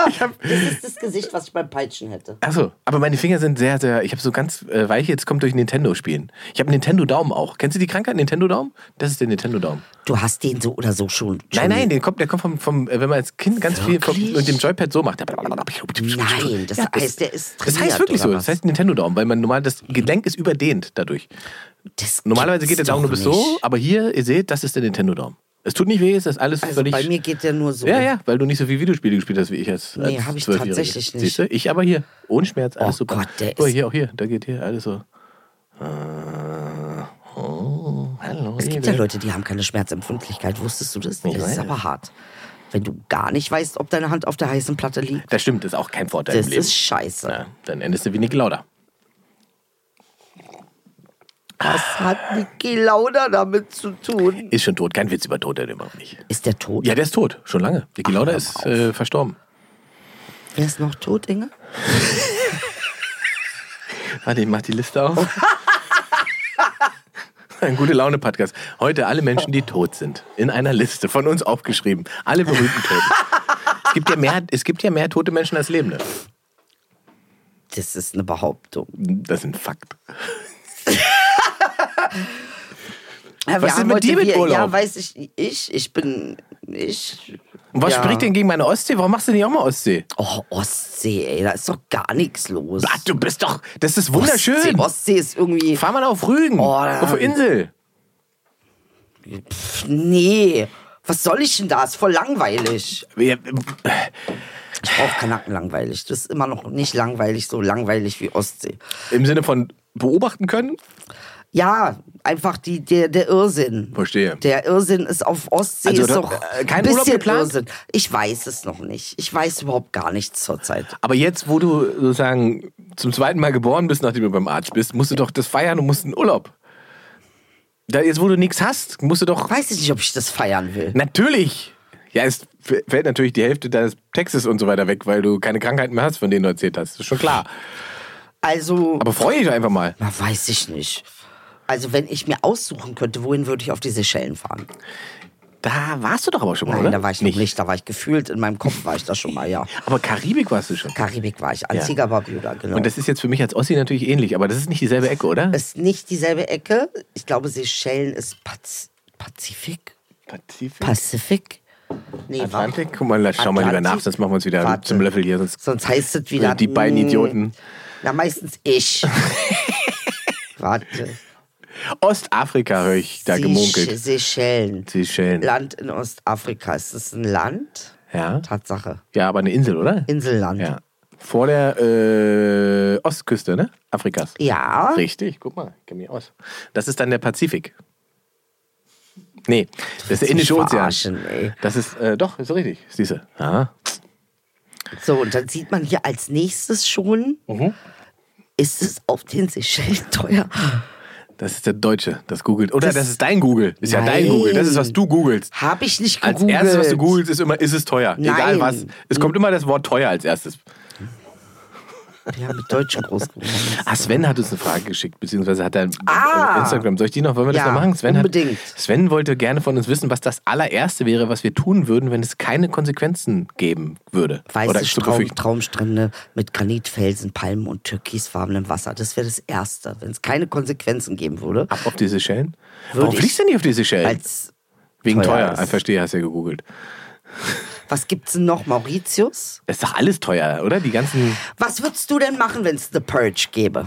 B: ich hab,
E: Das ist das Gesicht, was ich beim Peitschen hätte.
B: Achso, aber meine Finger sind sehr, sehr. Ich habe so ganz äh, weiche, jetzt kommt durch Nintendo-Spielen. Ich habe Nintendo-Daumen auch. Kennst du die Krankheit Nintendo-Daumen? Das ist der Nintendo-Daumen.
E: Du hast den so oder so schon. schon
B: Nein, nein, der kommt, der kommt vom, vom, äh, wenn man als Kind ganz viel vom,
E: Wirklich?
B: mit dem Joypad so macht.
E: Nein, das heißt, der ist
B: Das heißt
E: trainiert,
B: wirklich so.
E: oder
B: Das
E: was?
B: heißt Nintendo-Daumen, weil man normal das Gelenk ist überdehnt dadurch.
E: Das
B: Normalerweise geht
E: gibt's
B: der Daumen nur
E: doch
B: bis so, Also
E: nicht.
B: aber hier, ihr seht, das ist der Nintendo-Daumen. Es tut nicht weh, es ist alles
E: Also
B: völlig.
E: bei mir geht der nur so.
B: ja, ja, weil du nicht so viel Videospiele gespielt hast wie ich als
E: ne? Nee,
B: als
E: hab ich
B: 12-Jährige.
E: tatsächlich nicht.
B: Siehst du? Ich aber hier, ohne Schmerz, alles
E: Oh
B: super.
E: Gott, der
B: oh,
E: ist-
B: hier auch hier, da geht hier alles so. Äh, oh, hallo.
E: Es gibt ja Leute, die haben keine Schmerzempfindlichkeit. Wusstest du das? Das
B: weiß.
E: ist aber hart. Wenn du gar nicht weißt, ob deine Hand auf der heißen Platte liegt,
B: Das stimmt, das ist auch kein Vorteil
E: das
B: im Leben.
E: ist scheiße.
B: ja, dann endest du wie Nick Lauda.
E: Was hat Niki Lauda damit zu tun?
B: Ist schon tot, kein Witz über Tod, der immer noch nicht.
E: Ist der tot?
B: Ja, der ist tot, schon lange. Niki Lauda
E: hör
B: ist
E: auf.
B: äh, verstorben.
E: Wer ist noch tot, Inge?
B: Warte, ich mach Ah, die Liste auf. Ein gute Laune Podcast. Heute alle Menschen, die tot sind, in einer Liste von uns aufgeschrieben. Alle berühmten Toten. es, gibt ja mehr, es gibt ja mehr tote Menschen als Lebende.
E: Das ist eine Behauptung.
B: Das ist ein Fakt.
E: Ja,
B: Was ist mit dir mit Urlaub?
E: Ja, weiß ich, ich, ich bin, ich.
B: Und was
E: ja.
B: spricht denn gegen meine Ostsee? Warum machst du nicht auch mal Ostsee?
E: Oh, Ostsee, ey, da ist doch gar nichts los.
B: Ah, du bist doch. Das ist wunderschön.
E: Ostsee, Ostsee ist irgendwie.
B: Fahr mal auf Rügen.
E: Oh, da-
B: auf eine Insel.
E: Pff, nee. Was soll ich denn da? Ist voll langweilig.
B: Wir-
E: Ich brauche Kanaken langweilig. Das ist immer noch nicht langweilig, so langweilig wie Ostsee.
B: Im Sinne von beobachten können?
E: Ja, einfach die, der, der Irrsinn.
B: Verstehe.
E: Der Irrsinn ist auf Ostsee
B: Also,
E: ist
B: da-
E: doch
B: äh,
E: ein
B: kein
E: bisschen
B: Urlaub geplant?
E: Irrsinn. Ich weiß es noch nicht. Ich weiß überhaupt gar nichts zurzeit.
B: Aber jetzt, wo du sozusagen zum zweiten Mal geboren bist, nachdem du beim Arzt bist, musst du doch das feiern und musst in Urlaub. Da, jetzt, wo du nichts hast, musst du doch.
E: Weiß ich nicht, ob ich das feiern will.
B: Natürlich! Ja, es f- fällt natürlich die Hälfte deines Textes und so weiter weg, weil du keine Krankheiten mehr hast, von denen du erzählt hast. ist schon klar.
E: Also,
B: Aber freue dich doch einfach mal.
E: na, weiß ich nicht. Also, wenn ich mir aussuchen könnte, wohin würde ich auf die Seychellen fahren?
B: Da warst du doch aber schon mal,
E: Nein,
B: oder?
E: da war ich noch nicht. Da war ich gefühlt, in meinem Kopf war ich da schon mal, ja.
B: Aber Karibik warst du schon.
E: Karibik war ich, Antigua Barbuda, genau.
B: Und das ist jetzt für mich als Ossi natürlich ähnlich, aber das ist nicht dieselbe Ecke, oder?
E: ist nicht dieselbe Ecke. Ich glaube, Seychellen ist Paz Pazifik.
B: Pazifik.
E: Pazifik? Nee,
B: Atlantik? Guck mal, lass- schau mal lieber
E: Atlantik?
B: nach, sonst machen wir uns wieder
E: Warte.
B: zum Löffel hier. Sonst
E: Sonst heißt es wieder.
B: Die beiden
E: mm,
B: Idioten.
E: Na, meistens ich. Warte.
B: Ostafrika höre ich da
E: Seyche-
B: gemunkelt.
E: Seychellen.
B: Seychellen.
E: Land in Ostafrika. Ist das ein Land?
B: Ja.
E: Tatsache.
B: ja, aber eine Insel, oder?
E: Inselland.
B: Ja. Vor der äh, Ostküste, ne? Afrikas.
E: Ja.
B: Richtig, guck mal, ich kenn mich aus. Das ist dann der Pazifik. Nee, das ist der
E: willst mich
B: Indische Ozean.
E: verarschen, ey.
B: Das ist, äh, doch, ist richtig, siehste. Aha.
E: So, und dann sieht man hier als nächstes schon,
B: Mhm.
E: ist es auf den Seychellen teuer?
B: Das ist der Deutsche, das googelt. Oder
E: Das-
B: das, ist dein Google. Ist ja dein
E: Nein.
B: Google. Das ist, was du googelst.
E: Habe ich nicht
B: Als
E: gegoogelt.
B: erstes, was du googelst, ist immer, ist es teuer.
E: Nein.
B: Egal was. Es kommt immer das Wort teuer als erstes.
E: Ja, mit Deutschen groß geworden.
B: Ah, Sven hat uns eine Frage geschickt, beziehungsweise hat er
E: Ah.
B: auf Instagram. Soll ich die noch, wollen wir das
E: Ja,
B: noch machen? Sven,
E: unbedingt.
B: Hat, Sven wollte gerne von uns wissen, was das allererste wäre, was wir tun würden, wenn es keine Konsequenzen geben würde.
E: Weiße
B: zu
E: Traum,
B: befürchten.
E: Traumstrände mit Granitfelsen, Palmen und türkisfarbenem Wasser. Das wäre das Erste, wenn es keine Konsequenzen geben würde.
B: Ab auf die Seychellen?
E: Würde
B: Warum
E: ich-
B: fliegst du nicht auf die Seychellen?
E: Als,
B: Wegen
E: teuer
B: teuer.
E: ist.
B: Ich verstehe, hast ja gegoogelt.
E: was gibt's denn noch, Mauritius?
B: Das ist doch alles teuer, oder? Die ganzen.
E: Was würdest du denn machen, wenn es The Purge gäbe?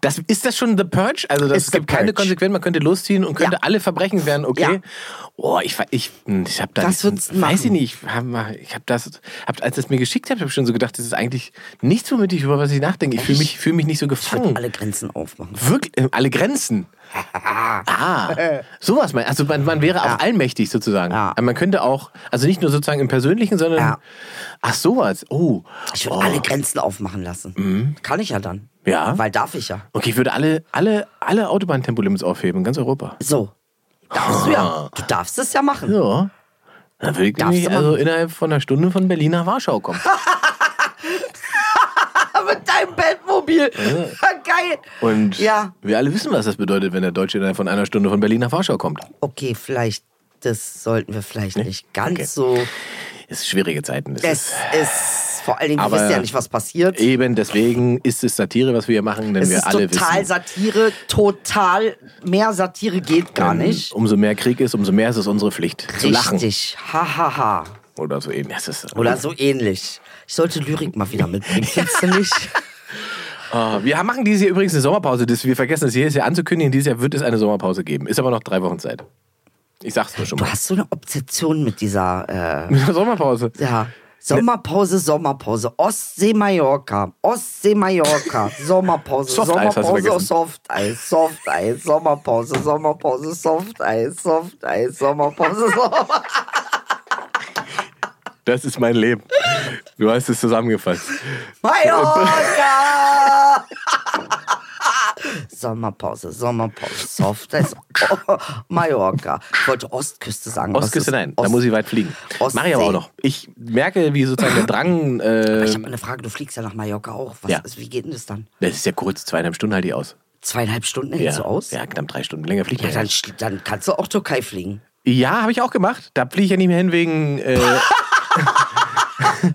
B: Das, ist das schon The Purge? Also das,
E: Ist
B: es
E: The
B: gibt keine
E: Purge.
B: Konsequenzen, man könnte losziehen und könnte
E: Ja.
B: alle Verbrechen werden, okay?
E: Ja.
B: Oh, ich, ver- ich, ich habe da
E: Was würdest du
B: weiß ich
E: machen?
B: nicht, ich habe ich hab das, hab, als das mir geschickt habt, habe ich schon so gedacht, das ist eigentlich nichts, womit ich über was ich nachdenke. Ich fühle mich, fühl mich nicht so gefangen.
E: Alle Grenzen aufmachen.
B: Wirklich, äh, alle Grenzen. ah, sowas mein. Also man, man wäre auch allmächtig sozusagen.
E: Ja.
B: Aber Man könnte auch, also nicht nur sozusagen im Persönlichen, sondern
E: Ja.
B: ach sowas. Oh,
E: Ich würde
B: oh.
E: alle Grenzen aufmachen lassen. Kann ich ja dann.
B: Mhm. Ja.
E: Weil darf ich ja.
B: okay, ich würde alle, alle, alle Autobahntempolimits aufheben, in ganz Europa.
E: So. Darfst du ja. Du darfst es ja machen.
B: Ah. Ja. Dann will ich
E: Darfst
B: nämlich
E: du
B: also
E: machen.
B: innerhalb von einer Stunde von Berlin nach Warschau kommen.
E: Mit deinem Bettmobil. Geil.
B: Und
E: Ja.
B: wir alle wissen, was das bedeutet, wenn der Deutsche innerhalb von einer Stunde von Berlin nach Warschau kommt.
E: Okay, vielleicht, das sollten wir vielleicht nicht ganz
B: Okay.
E: so.
B: Es ist schwierige Zeiten. Es
E: Es ist vor allen Dingen, wir
B: Aber-
E: wissen ja nicht, was passiert.
B: ist eben deswegen ist es Satire, was wir hier machen, denn
E: Es
B: wir
E: ist
B: alle
E: total
B: wissen.
E: Satire, total mehr Satire geht gar nicht.
B: Umso mehr Krieg ist, umso mehr ist es unsere Pflicht Ähm, um zu lachen.
E: Richtig, hahaha. Ha, ha.
B: Oder so eben. Das ist,
E: Oder so ähnlich. Ich sollte Lyrik mal wieder mitbringen, findest du nicht?
B: Ah, wir machen dieses Jahr übrigens eine Sommerpause. Das, wir vergessen das jedes Jahr anzukündigen. Dieses Jahr wird es eine Sommerpause geben. Ist aber noch drei Wochen Zeit. Ich sag's nur schon
E: Du
B: mal.
E: hast so eine Obsession mit dieser, äh,
B: Sommerpause.
E: ja. Sommerpause, Sommerpause, Ostsee Mallorca, Ostsee Mallorca, Sommerpause,
B: Softeis hast du
E: Sommerpause,
B: vergessen.
E: Softeis, Softeis, Sommerpause, Sommerpause, Softeis, Softeis, Sommerpause, Sommerpause.
B: Das ist mein Leben. Du hast es zusammengefasst.
E: Mallorca! Sommerpause, Sommerpause, Soft. Oh, Mallorca. Ich wollte Ostküste sagen. aber es
B: Ostküste,
E: ist
B: nein, da
E: Ost-
B: muss ich weit fliegen.
E: Ostsee.
B: Mach ich aber auch noch. Ich merke, wie sozusagen der Drang. Äh,
E: Ich habe eine Frage, du fliegst ja nach Mallorca auch. Was
B: Ja.
E: ist, wie geht denn das dann?
B: das ist ja kurz, zweieinhalb Stunden halt die aus.
E: Zweieinhalb Stunden
B: Ja,
E: hältst du aus?
B: ja, knapp drei Stunden. Länger fliegt
E: Ja,
B: man ja.
E: dann, sch- dann kannst du auch Türkei fliegen.
B: Ja, habe ich auch gemacht. Da fliege ich ja nicht mehr hin wegen, äh,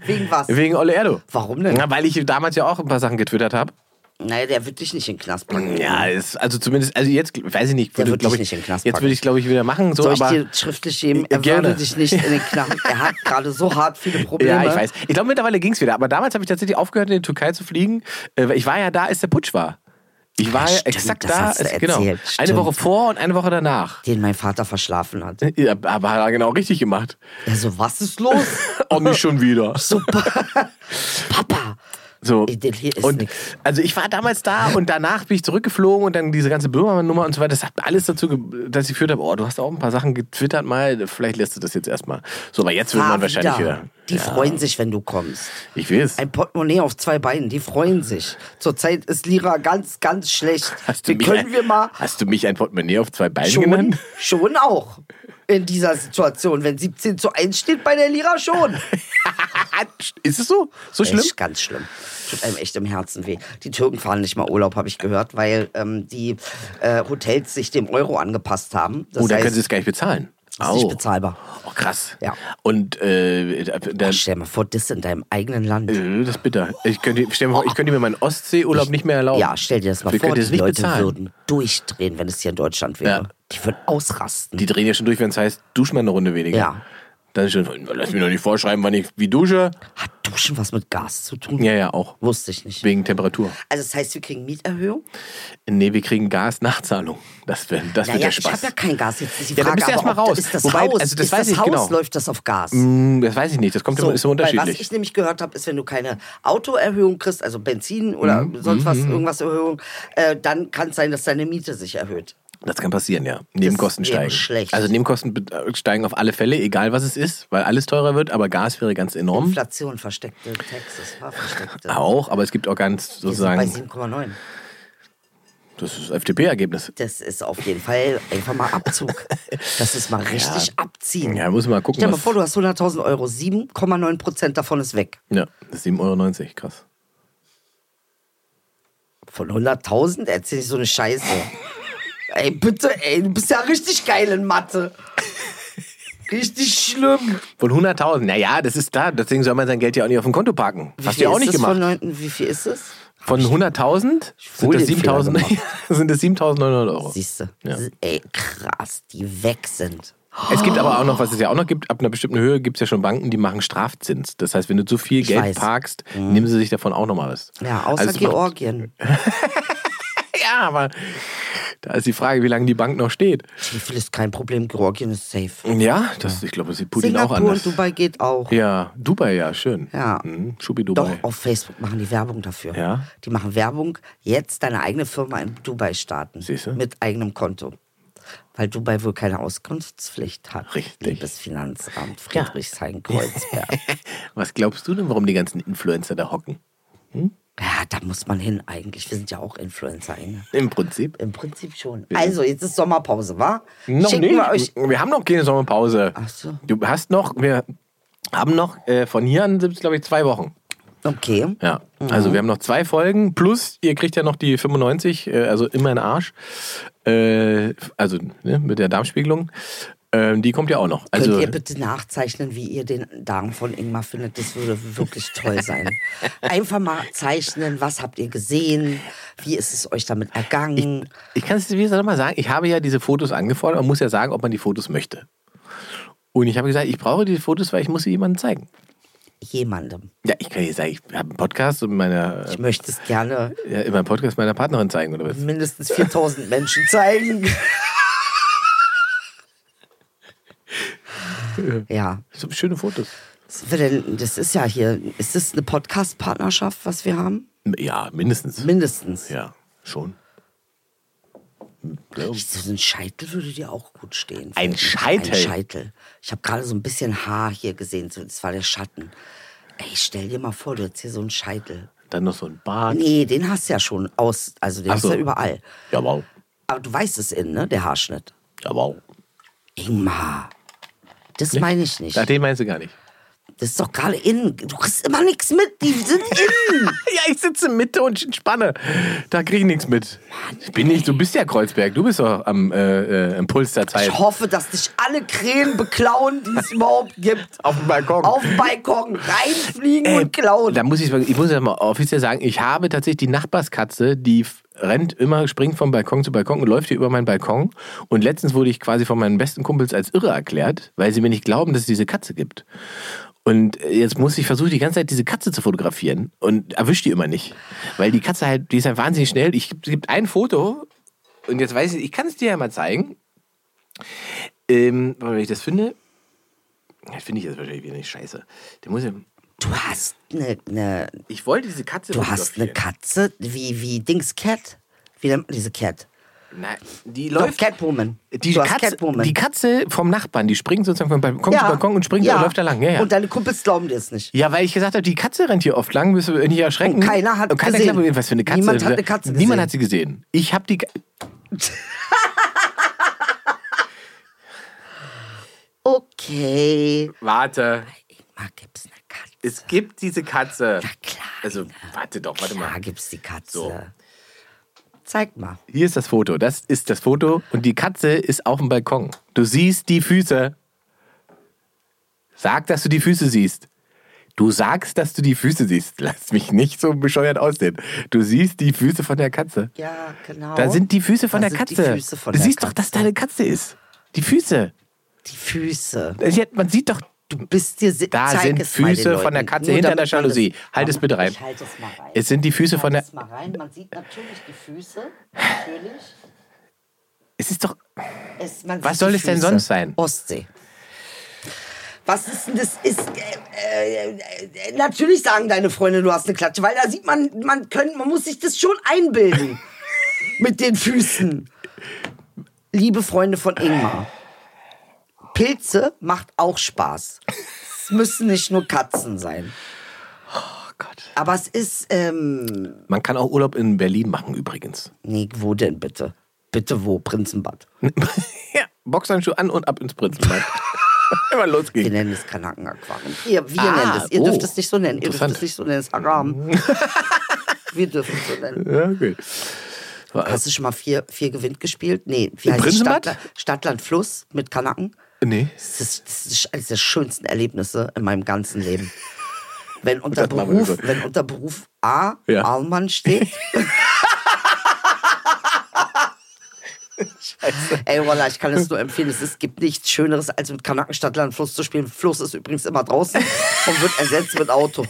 E: Wegen was?
B: wegen Ole Erdo.
E: Warum denn?
B: Na, weil ich damals ja auch ein paar Sachen getwittert habe.
E: Naja, der wird dich nicht in den Knast packen.
B: Ja, ist, also zumindest, also jetzt, weiß ich nicht,
E: Der
B: würde,
E: wird
B: glaube
E: dich
B: ich,
E: nicht in den Knast
B: jetzt
E: packen.
B: würde ich, glaube ich, wieder machen, so,
E: Soll ich
B: aber.
E: dir schriftlich geben? Er
B: Gerne.
E: würde dich nicht in den Knast. Er hat gerade so hart viele Probleme.
B: Ja, ich weiß. Ich glaube, mittlerweile ging es wieder. Aber damals habe ich tatsächlich aufgehört, in die Türkei zu fliegen. Äh, weil Ich war ja da, als der Putsch war. Ich war ja
E: stimmt,
B: exakt
E: das
B: da.
E: hast du
B: als- genau.
E: erzählt,
B: Eine
E: stimmt.
B: Woche vor und eine Woche danach.
E: Den mein Vater verschlafen hat.
B: Ja, aber hat er genau richtig gemacht.
E: Er so, was ist los?
B: Auch nicht schon wieder.
E: Super. Papa.
B: So.
E: Ey, das hier ist
B: und
E: nix.
B: also ich war damals da und danach bin ich zurückgeflogen und dann diese ganze Böhmermann-Nummer und so weiter. Das hat alles dazu, ge- dass ich geführt habe, oh, du hast auch ein paar Sachen getwittert mal, vielleicht lässt du das jetzt erstmal. So, aber jetzt würde
E: Ah,
B: man wahrscheinlich
E: wieder.
B: hören.
E: Die freuen sich, wenn du kommst.
B: Ich will es.
E: Ein Portemonnaie auf zwei Beinen, die freuen sich. Zurzeit ist Lira ganz, ganz schlecht.
B: Hast du,
E: Wir
B: mich
E: können
B: ein,
E: wir mal
B: hast du mich ein Portemonnaie auf zwei Beinen
E: schon,
B: genannt?
E: schon auch in dieser Situation. Wenn 17 zu 1 steht bei der Lira schon.
B: Ist es so? So schlimm?
E: Echt ganz schlimm. Tut einem echt im Herzen weh. Die Türken fahren nicht mal Urlaub, habe ich gehört, weil ähm, die äh, Hotels sich dem Euro angepasst haben. Das
B: oh, dann
E: heißt,
B: können sie es gar nicht bezahlen.
E: ist nicht bezahlbar.
B: Oh, krass.
E: Ja. Oh,
B: Und äh, da, da,
E: Stell dir mal vor, das in deinem eigenen Land.
B: äh, das ist bitter. Ich könnte, stell mir vor, ich könnte mir meinen Ostseeurlaub nicht mehr erlauben.
E: Ja, stell dir das mal
B: genau. Wir könnten
E: vor, die
B: es nicht
E: Leute
B: bezahlen.
E: würden durchdrehen, wenn es hier in Deutschland wäre.
B: Ja.
E: Die würden ausrasten.
B: Die drehen ja schon durch, wenn es heißt, dusch mal eine Runde weniger.
E: Ja.
B: Dann ist schon, lass mich doch nicht vorschreiben, wann ich wie dusche.
E: Hat Duschen was mit Gas zu tun?
B: Ja, ja, auch.
E: Wusste ich nicht.
B: Wegen Temperatur.
E: Also das heißt, wir kriegen Mieterhöhung?
B: Nee, wir kriegen Gas-Nachzahlung. Das, wär, das wird
E: Naja,
B: der
E: ich
B: Spaß.
E: habe ja kein Gas. Jetzt ist die
B: Ja, dann
E: Frage,
B: bist du erst
E: aber
B: mal
E: ob-
B: raus.
E: Ist das
B: Wobei,
E: Haus,
B: also das
E: ist
B: weiß
E: das
B: ich
E: Haus
B: genau.
E: läuft das auf Gas?
B: Hm, das weiß ich nicht. Das kommt immer, ist immer
E: Weil was
B: unterschiedlich.
E: ich nämlich gehört habe, ist, wenn du keine Autoerhöhung kriegst, also Benzin oder
B: Mhm,
E: sonst was, irgendwas Erhöhung, äh, dann kann es sein, dass deine Miete sich erhöht.
B: Das kann passieren, ja. Nebenkosten
E: Das wäre
B: steigen.
E: schlecht.
B: Also Nebenkosten be- steigen auf alle Fälle, egal was es ist, weil alles teurer wird, aber Gas wäre ganz enorm.
E: Inflation, versteckte Texas, war versteckte.
B: Auch, aber es gibt auch ganz
E: Wir sind bei
B: sozusagen,
E: 7,9.
B: das ist FDP-Ergebnis.
E: Das ist auf jeden Fall einfach mal Abzug. Das ist mal richtig abziehen.
B: Ja, muss man mal gucken,
E: Stell dir mal
B: was-
E: vor, du hast 100.000 Euro, 7,9 Prozent davon ist weg.
B: Ja, das ist 7,90 Euro, krass.
E: Von 100.000 erzähl ich so eine Scheiße. ey, bitte, ey, du bist ja richtig geil in Mathe. Richtig schlimm.
B: Von 100.000, naja, das ist da, deswegen soll man sein Geld ja auch nicht auf dem Konto parken. Hast du ja auch
E: ist
B: nicht
E: es Von
B: gemacht.
E: 9, wie viel ist es?
B: Von 100.000 sind
E: wohl
B: das
E: den Fehler
B: 7.000 sind das 7.900 Euro.
E: Siehst du?
B: Ja.
E: Ey, krass, die weg sind.
B: Es gibt aber
E: Oh.
B: auch noch, was es ja auch noch gibt, ab einer bestimmten Höhe gibt es ja schon Banken, die machen Strafzins. Das heißt, wenn du zu viel Geld
E: weiß. Mhm.
B: parkst, nehmen sie sich davon auch nochmal was.
E: Ja, außer
B: Also es macht-
E: Georgien.
B: Ja, aber da ist die Frage, wie lange die Bank noch steht.
E: Schwefel ist kein Problem, Georgien ist safe.
B: Ja, das, ich glaube, das sieht Putin auch
E: Singapur
B: anders.
E: und Dubai geht auch.
B: Ja, Dubai, ja, schön.
E: Ja.
B: Mhm, Schubi
E: Doch,
B: Dubai.
E: auf Facebook machen die Werbung dafür.
B: Ja?
E: Die machen Werbung, jetzt deine eigene Firma in Dubai starten.
B: Siehste?
E: Mit eigenem Konto. Weil Dubai wohl keine Auskunftspflicht hat.
B: Richtig.
E: Liebes Finanzamt Friedrichshain-Kreuzberg. Ja.
B: Was glaubst du denn, warum die ganzen Influencer da hocken?
E: da muss man hin eigentlich. Wir sind ja auch Influencer. Ne?
B: Im Prinzip.
E: Im Prinzip schon. Also, jetzt ist Sommerpause, wa? Schicken wir
B: nicht.
E: euch.
B: Wir, haben noch keine Sommerpause.
E: Ach so.
B: Du hast noch, wir haben noch, äh, von hier an sind es, glaube ich, zwei Wochen.
E: Okay.
B: Ja. Also wir haben noch zwei Folgen, plus ihr kriegt ja noch die 95, äh, also immer in den Arsch. Äh, also ne, mit der Darmspiegelung. Ähm, die kommt ja auch noch. Also,
E: Könnt ihr bitte nachzeichnen, wie ihr den Darm von Ingmar findet? Das würde wirklich toll sein. Einfach mal zeichnen, was habt ihr gesehen? Wie ist es euch damit ergangen?
B: Ich kann es dir wieder nochmal sagen, ich habe ja diese Fotos angefordert, man muss ja sagen, ob man die Fotos möchte. Und ich habe gesagt, ich brauche diese Fotos, weil ich muss sie jemandem zeigen.
E: Jemandem.
B: Ja, ich kann dir sagen, ich habe einen Podcast und meiner,
E: Ich möchte es gerne
B: ja, in meinem Podcast meiner Partnerin zeigen, oder was?
E: mindestens 4000 Menschen zeigen. ja.
B: So schöne Fotos.
E: Was wir denn- Das ist ja hier, ist das eine Podcast-Partnerschaft, was wir haben?
B: Ja, mindestens.
E: Mindestens.
B: Ja, schon.
E: Ich, Um so ein Scheitel würde dir auch gut stehen.
B: Ein Scheitel?
E: Ein Scheitel. Ich habe gerade so ein bisschen Haar hier gesehen, so, das war der Schatten. Ey, stell dir mal vor, du hättest hier so einen Scheitel.
B: Dann noch so ein Bart.
E: Nee, den hast du ja schon aus, also den
B: Ach
E: hast
B: so.
E: du ja überall.
B: Ja, wow.
E: Aber du weißt es innen, ne, der Haarschnitt.
B: Ja, wow.
E: Ingmar, das meine ich nicht.
B: Ach, den meinst du gar nicht.
E: Das ist doch gerade innen. Du kriegst immer nichts mit. Die sind innen.
B: Ja, ich sitze Mitte und entspanne. Da kriege ich nichts mit. Ich bin nicht, du bist ja Kreuzberg, du bist doch am äh, äh, Impuls der Zeit.
E: Ich hoffe, dass dich alle Krähen beklauen, die es überhaupt gibt.
B: Auf dem Balkon.
E: Auf dem Balkon reinfliegen
B: Äh,
E: und klauen.
B: Da muss ich, ich muss ja mal offiziell sagen, ich habe tatsächlich die Nachbarskatze, die f- rennt immer, springt vom Balkon zu Balkon und läuft hier über meinen Balkon. Und letztens wurde ich quasi von meinen besten Kumpels als irre erklärt, weil sie mir nicht glauben, dass es diese Katze gibt. Und äh, jetzt muss ich versuchen, die ganze Zeit diese Katze zu fotografieren und erwische die immer nicht. Weil die Katze halt, die ist halt wahnsinnig schnell. Ich, es gibt ein Foto und jetzt weiß ich, ich kann es dir ja mal zeigen. Ähm, warte, wenn ich das finde, Ja, finde ich jetzt wahrscheinlich wieder nicht scheiße. Der muss ja,
E: Du hast eine. Ne,
B: ich wollte diese Katze.
E: du hast eine
B: fotografieren.
E: Katze wie, wie Dings Cat. Wie nennt man diese Cat?
B: Nein, die
E: Doch,
B: läuft.
E: Catwoman.
B: die,
E: du hast
B: Katze,
E: Catwoman.
B: die Katze vom Nachbarn, die springt sozusagen vom Balkon zu Balkon und springt
E: ja.
B: und läuft da lang. Ja, ja.
E: Und deine Kumpels glauben dir es nicht.
B: ja, weil ich gesagt habe, die Katze rennt hier oft lang, müssen wir nicht erschrecken.
E: Und keiner hat
B: und keiner
E: gesehen.
B: glaubt mir, was für eine Katze.
E: Niemand hat eine Katze gesehen.
B: Niemand hat sie gesehen. Ich habe die. Ka-
E: Okay.
B: Warte,
E: Ingmar gibt's eine Katze.
B: es gibt diese Katze. Ja,
E: klar.
B: Also, warte doch, warte
E: Da
B: mal.
E: gibt's die Katze.
B: So.
E: Zeig mal.
B: Hier ist das Foto. Das ist das Foto und die Katze ist auf dem Balkon. Du siehst die Füße. Sag, dass du die Füße siehst. Du sagst, dass du die Füße siehst. Lass mich nicht so bescheuert aussehen. Du siehst die Füße von der Katze.
E: Ja, genau.
B: Da sind die Füße von
E: Da
B: der
E: sind die
B: Katze.
E: Füße von
B: du
E: der
B: siehst doch,
E: Katze.
B: dass da eine Katze ist. Die Füße.
E: die Füße.
B: Also jetzt, Man sieht doch,
E: Du bist dir si-
B: da
E: zeig
B: sind
E: es mal den
B: Füße von der
E: Leuten.
B: Katze
E: Nur
B: hinter
E: damit
B: der
E: man
B: Jalousie.
E: das-
B: Halt es bitte rein.
E: Ich halt es mal rein.
B: Es sind die Füße
E: Ich
B: von
E: halt
B: der.
E: es mal rein. Man sieht natürlich die Füße. Natürlich.
B: Es ist doch.
E: Es, man
B: Was
E: sieht
B: soll
E: die
B: es denn
E: Füße.
B: sonst sein?
E: Ostsee. Was ist denn das? Ist, äh, äh, äh, natürlich sagen deine Freunde, du hast eine Klatsche, weil da sieht man, man, können, man muss sich das schon einbilden. mit den Füßen. Liebe Freunde von Ingmar, Pilze macht auch Spaß. Es müssen nicht nur Katzen sein.
B: Oh Gott.
E: Aber es ist, ähm,
B: Man kann auch Urlaub in Berlin machen übrigens.
E: nee, wo denn bitte? Bitte wo? Prinzenbad.
B: ja, Boxhandschuh an und ab ins Prinzenbad. Immer los
E: Wir
B: geht's.
E: nennen es Kanakenaquarium. Ihr, wir
B: Ah,
E: nennen es. Ihr
B: oh.
E: dürft es nicht so nennen. Ihr dürft
B: Interessant. Mhm.
E: es nicht so nennen. Es ist Haram. wir dürfen es so nennen.
B: Ja, okay.
E: Hast du schon mal vier, vier gewinnt gespielt? Nee, wie
B: Im
E: heißt es?
B: Prinzenbad?
E: Stadtla- Stadtland Fluss mit Kanaken?
B: Nee.
E: Das ist, das ist eines der schönsten Erlebnisse in meinem ganzen Leben. Wenn unter,
B: Das machen wir
E: Beruf,
B: so.
E: wenn unter Beruf A
B: Ja.
E: Alman steht. Ey, Walla, ich kann es nur empfehlen. Es, ist- gibt nichts Schöneres, als mit Kanaken Stadtland Fluss zu spielen. Fluss ist übrigens immer draußen und wird ersetzt mit Auto.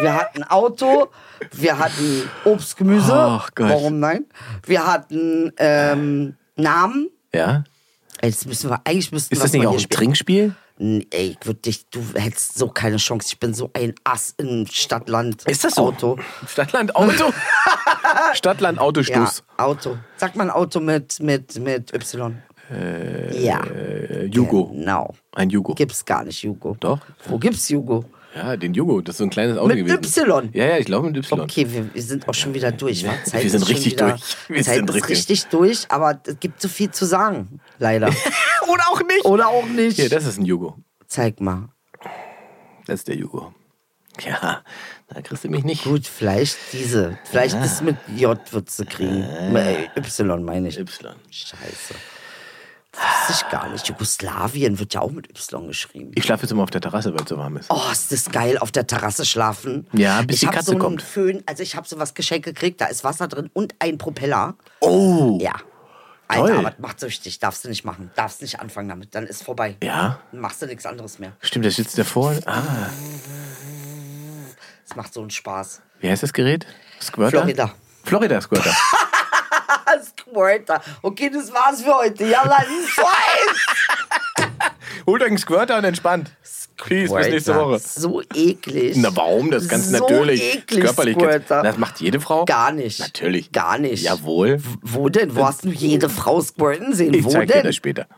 E: Wir hatten Auto, wir hatten Obst, Gemüse.
B: Ach Gott.
E: Warum nein? Wir hatten ähm, Namen.
B: Ja?
E: Ey, das müssen wir, eigentlich müssten
B: Ist
E: wir
B: das nicht
E: mal
B: auch ein
E: hier spielen.
B: Trinkspiel?
E: Nee, Ey, ich würd dich, du hättest so keine Chance. Ich bin so ein Ass in Stadtland.
B: Ist das so?
E: Auto.
B: Stadtland Auto. Stadtland
E: Ja,
B: Autostoß.
E: Auto. Sag mal ein Auto mit, mit, mit Y. ja,
B: Äh, Jugo.
E: genau.
B: Ein Jugo.
E: Gibt's gar nicht, Jugo.
B: Doch.
E: Wo gibt's Jugo?
B: Ja, den Jugo. Das ist so ein kleines Auto
E: Mit
B: gewesen.
E: Y.
B: Ja, ja, ich glaube mit Y.
E: Okay, wir, wir sind auch schon wieder durch. wa? Zeit
B: Wir sind
E: ist schon
B: richtig
E: wieder,
B: durch. Wir
E: Zeit
B: sind
E: ist
B: richtig-
E: richtig durch, aber es gibt so viel zu sagen. Leider.
B: Oder auch nicht.
E: Oder auch nicht.
B: Hier, das ist ein Jugo.
E: Zeig mal.
B: Das ist der Jugo. Ja, da kriegst du mich nicht.
E: Gut, vielleicht diese. Vielleicht das
B: Ah.
E: mit J wird sie kriegen. Äh, y meine ich.
B: Y.
E: Scheiße. Das wusste ich gar nicht. Jugoslawien wird ja auch mit Y geschrieben.
B: Ich schlafe jetzt immer auf der Terrasse, weil es so warm ist.
E: Oh, ist das geil, auf der Terrasse schlafen.
B: Ja, bis
E: ich
B: die
E: hab
B: Katze
E: so einen
B: kommt.
E: Föhn, also ich habe sowas geschenkt gekriegt, da ist Wasser drin und ein Propeller.
B: Oh.
E: Ja.
B: Toll.
E: Alter, was macht süchtig? Darfst du nicht machen. Darfst nicht anfangen damit. Dann ist vorbei.
B: Ja.
E: Dann machst du nichts anderes mehr.
B: Stimmt, der sitzt davor. Ah,
E: Es macht so einen Spaß.
B: wie heißt das Gerät? Squirter?
E: Florida.
B: Florida Squirter.
E: Ah, Squirter. Okay, das war's für heute. Ja, lass es sein.
B: Holt euch einen Squirter und entspannt. Peace, bis nächste
E: Squirter.
B: Woche.
E: So eklig.
B: Na, warum? Das ist ganz
E: so
B: natürlich.
E: Eklig,
B: Körperlichkeit.
E: Squirter.
B: Das macht jede Frau?
E: Gar nicht.
B: Natürlich.
E: Gar nicht.
B: Jawohl.
E: Wo denn? Wo hast du jede Frau squirten sehen?
B: Ich
E: Wo
B: zeig dir
E: denn?
B: das später.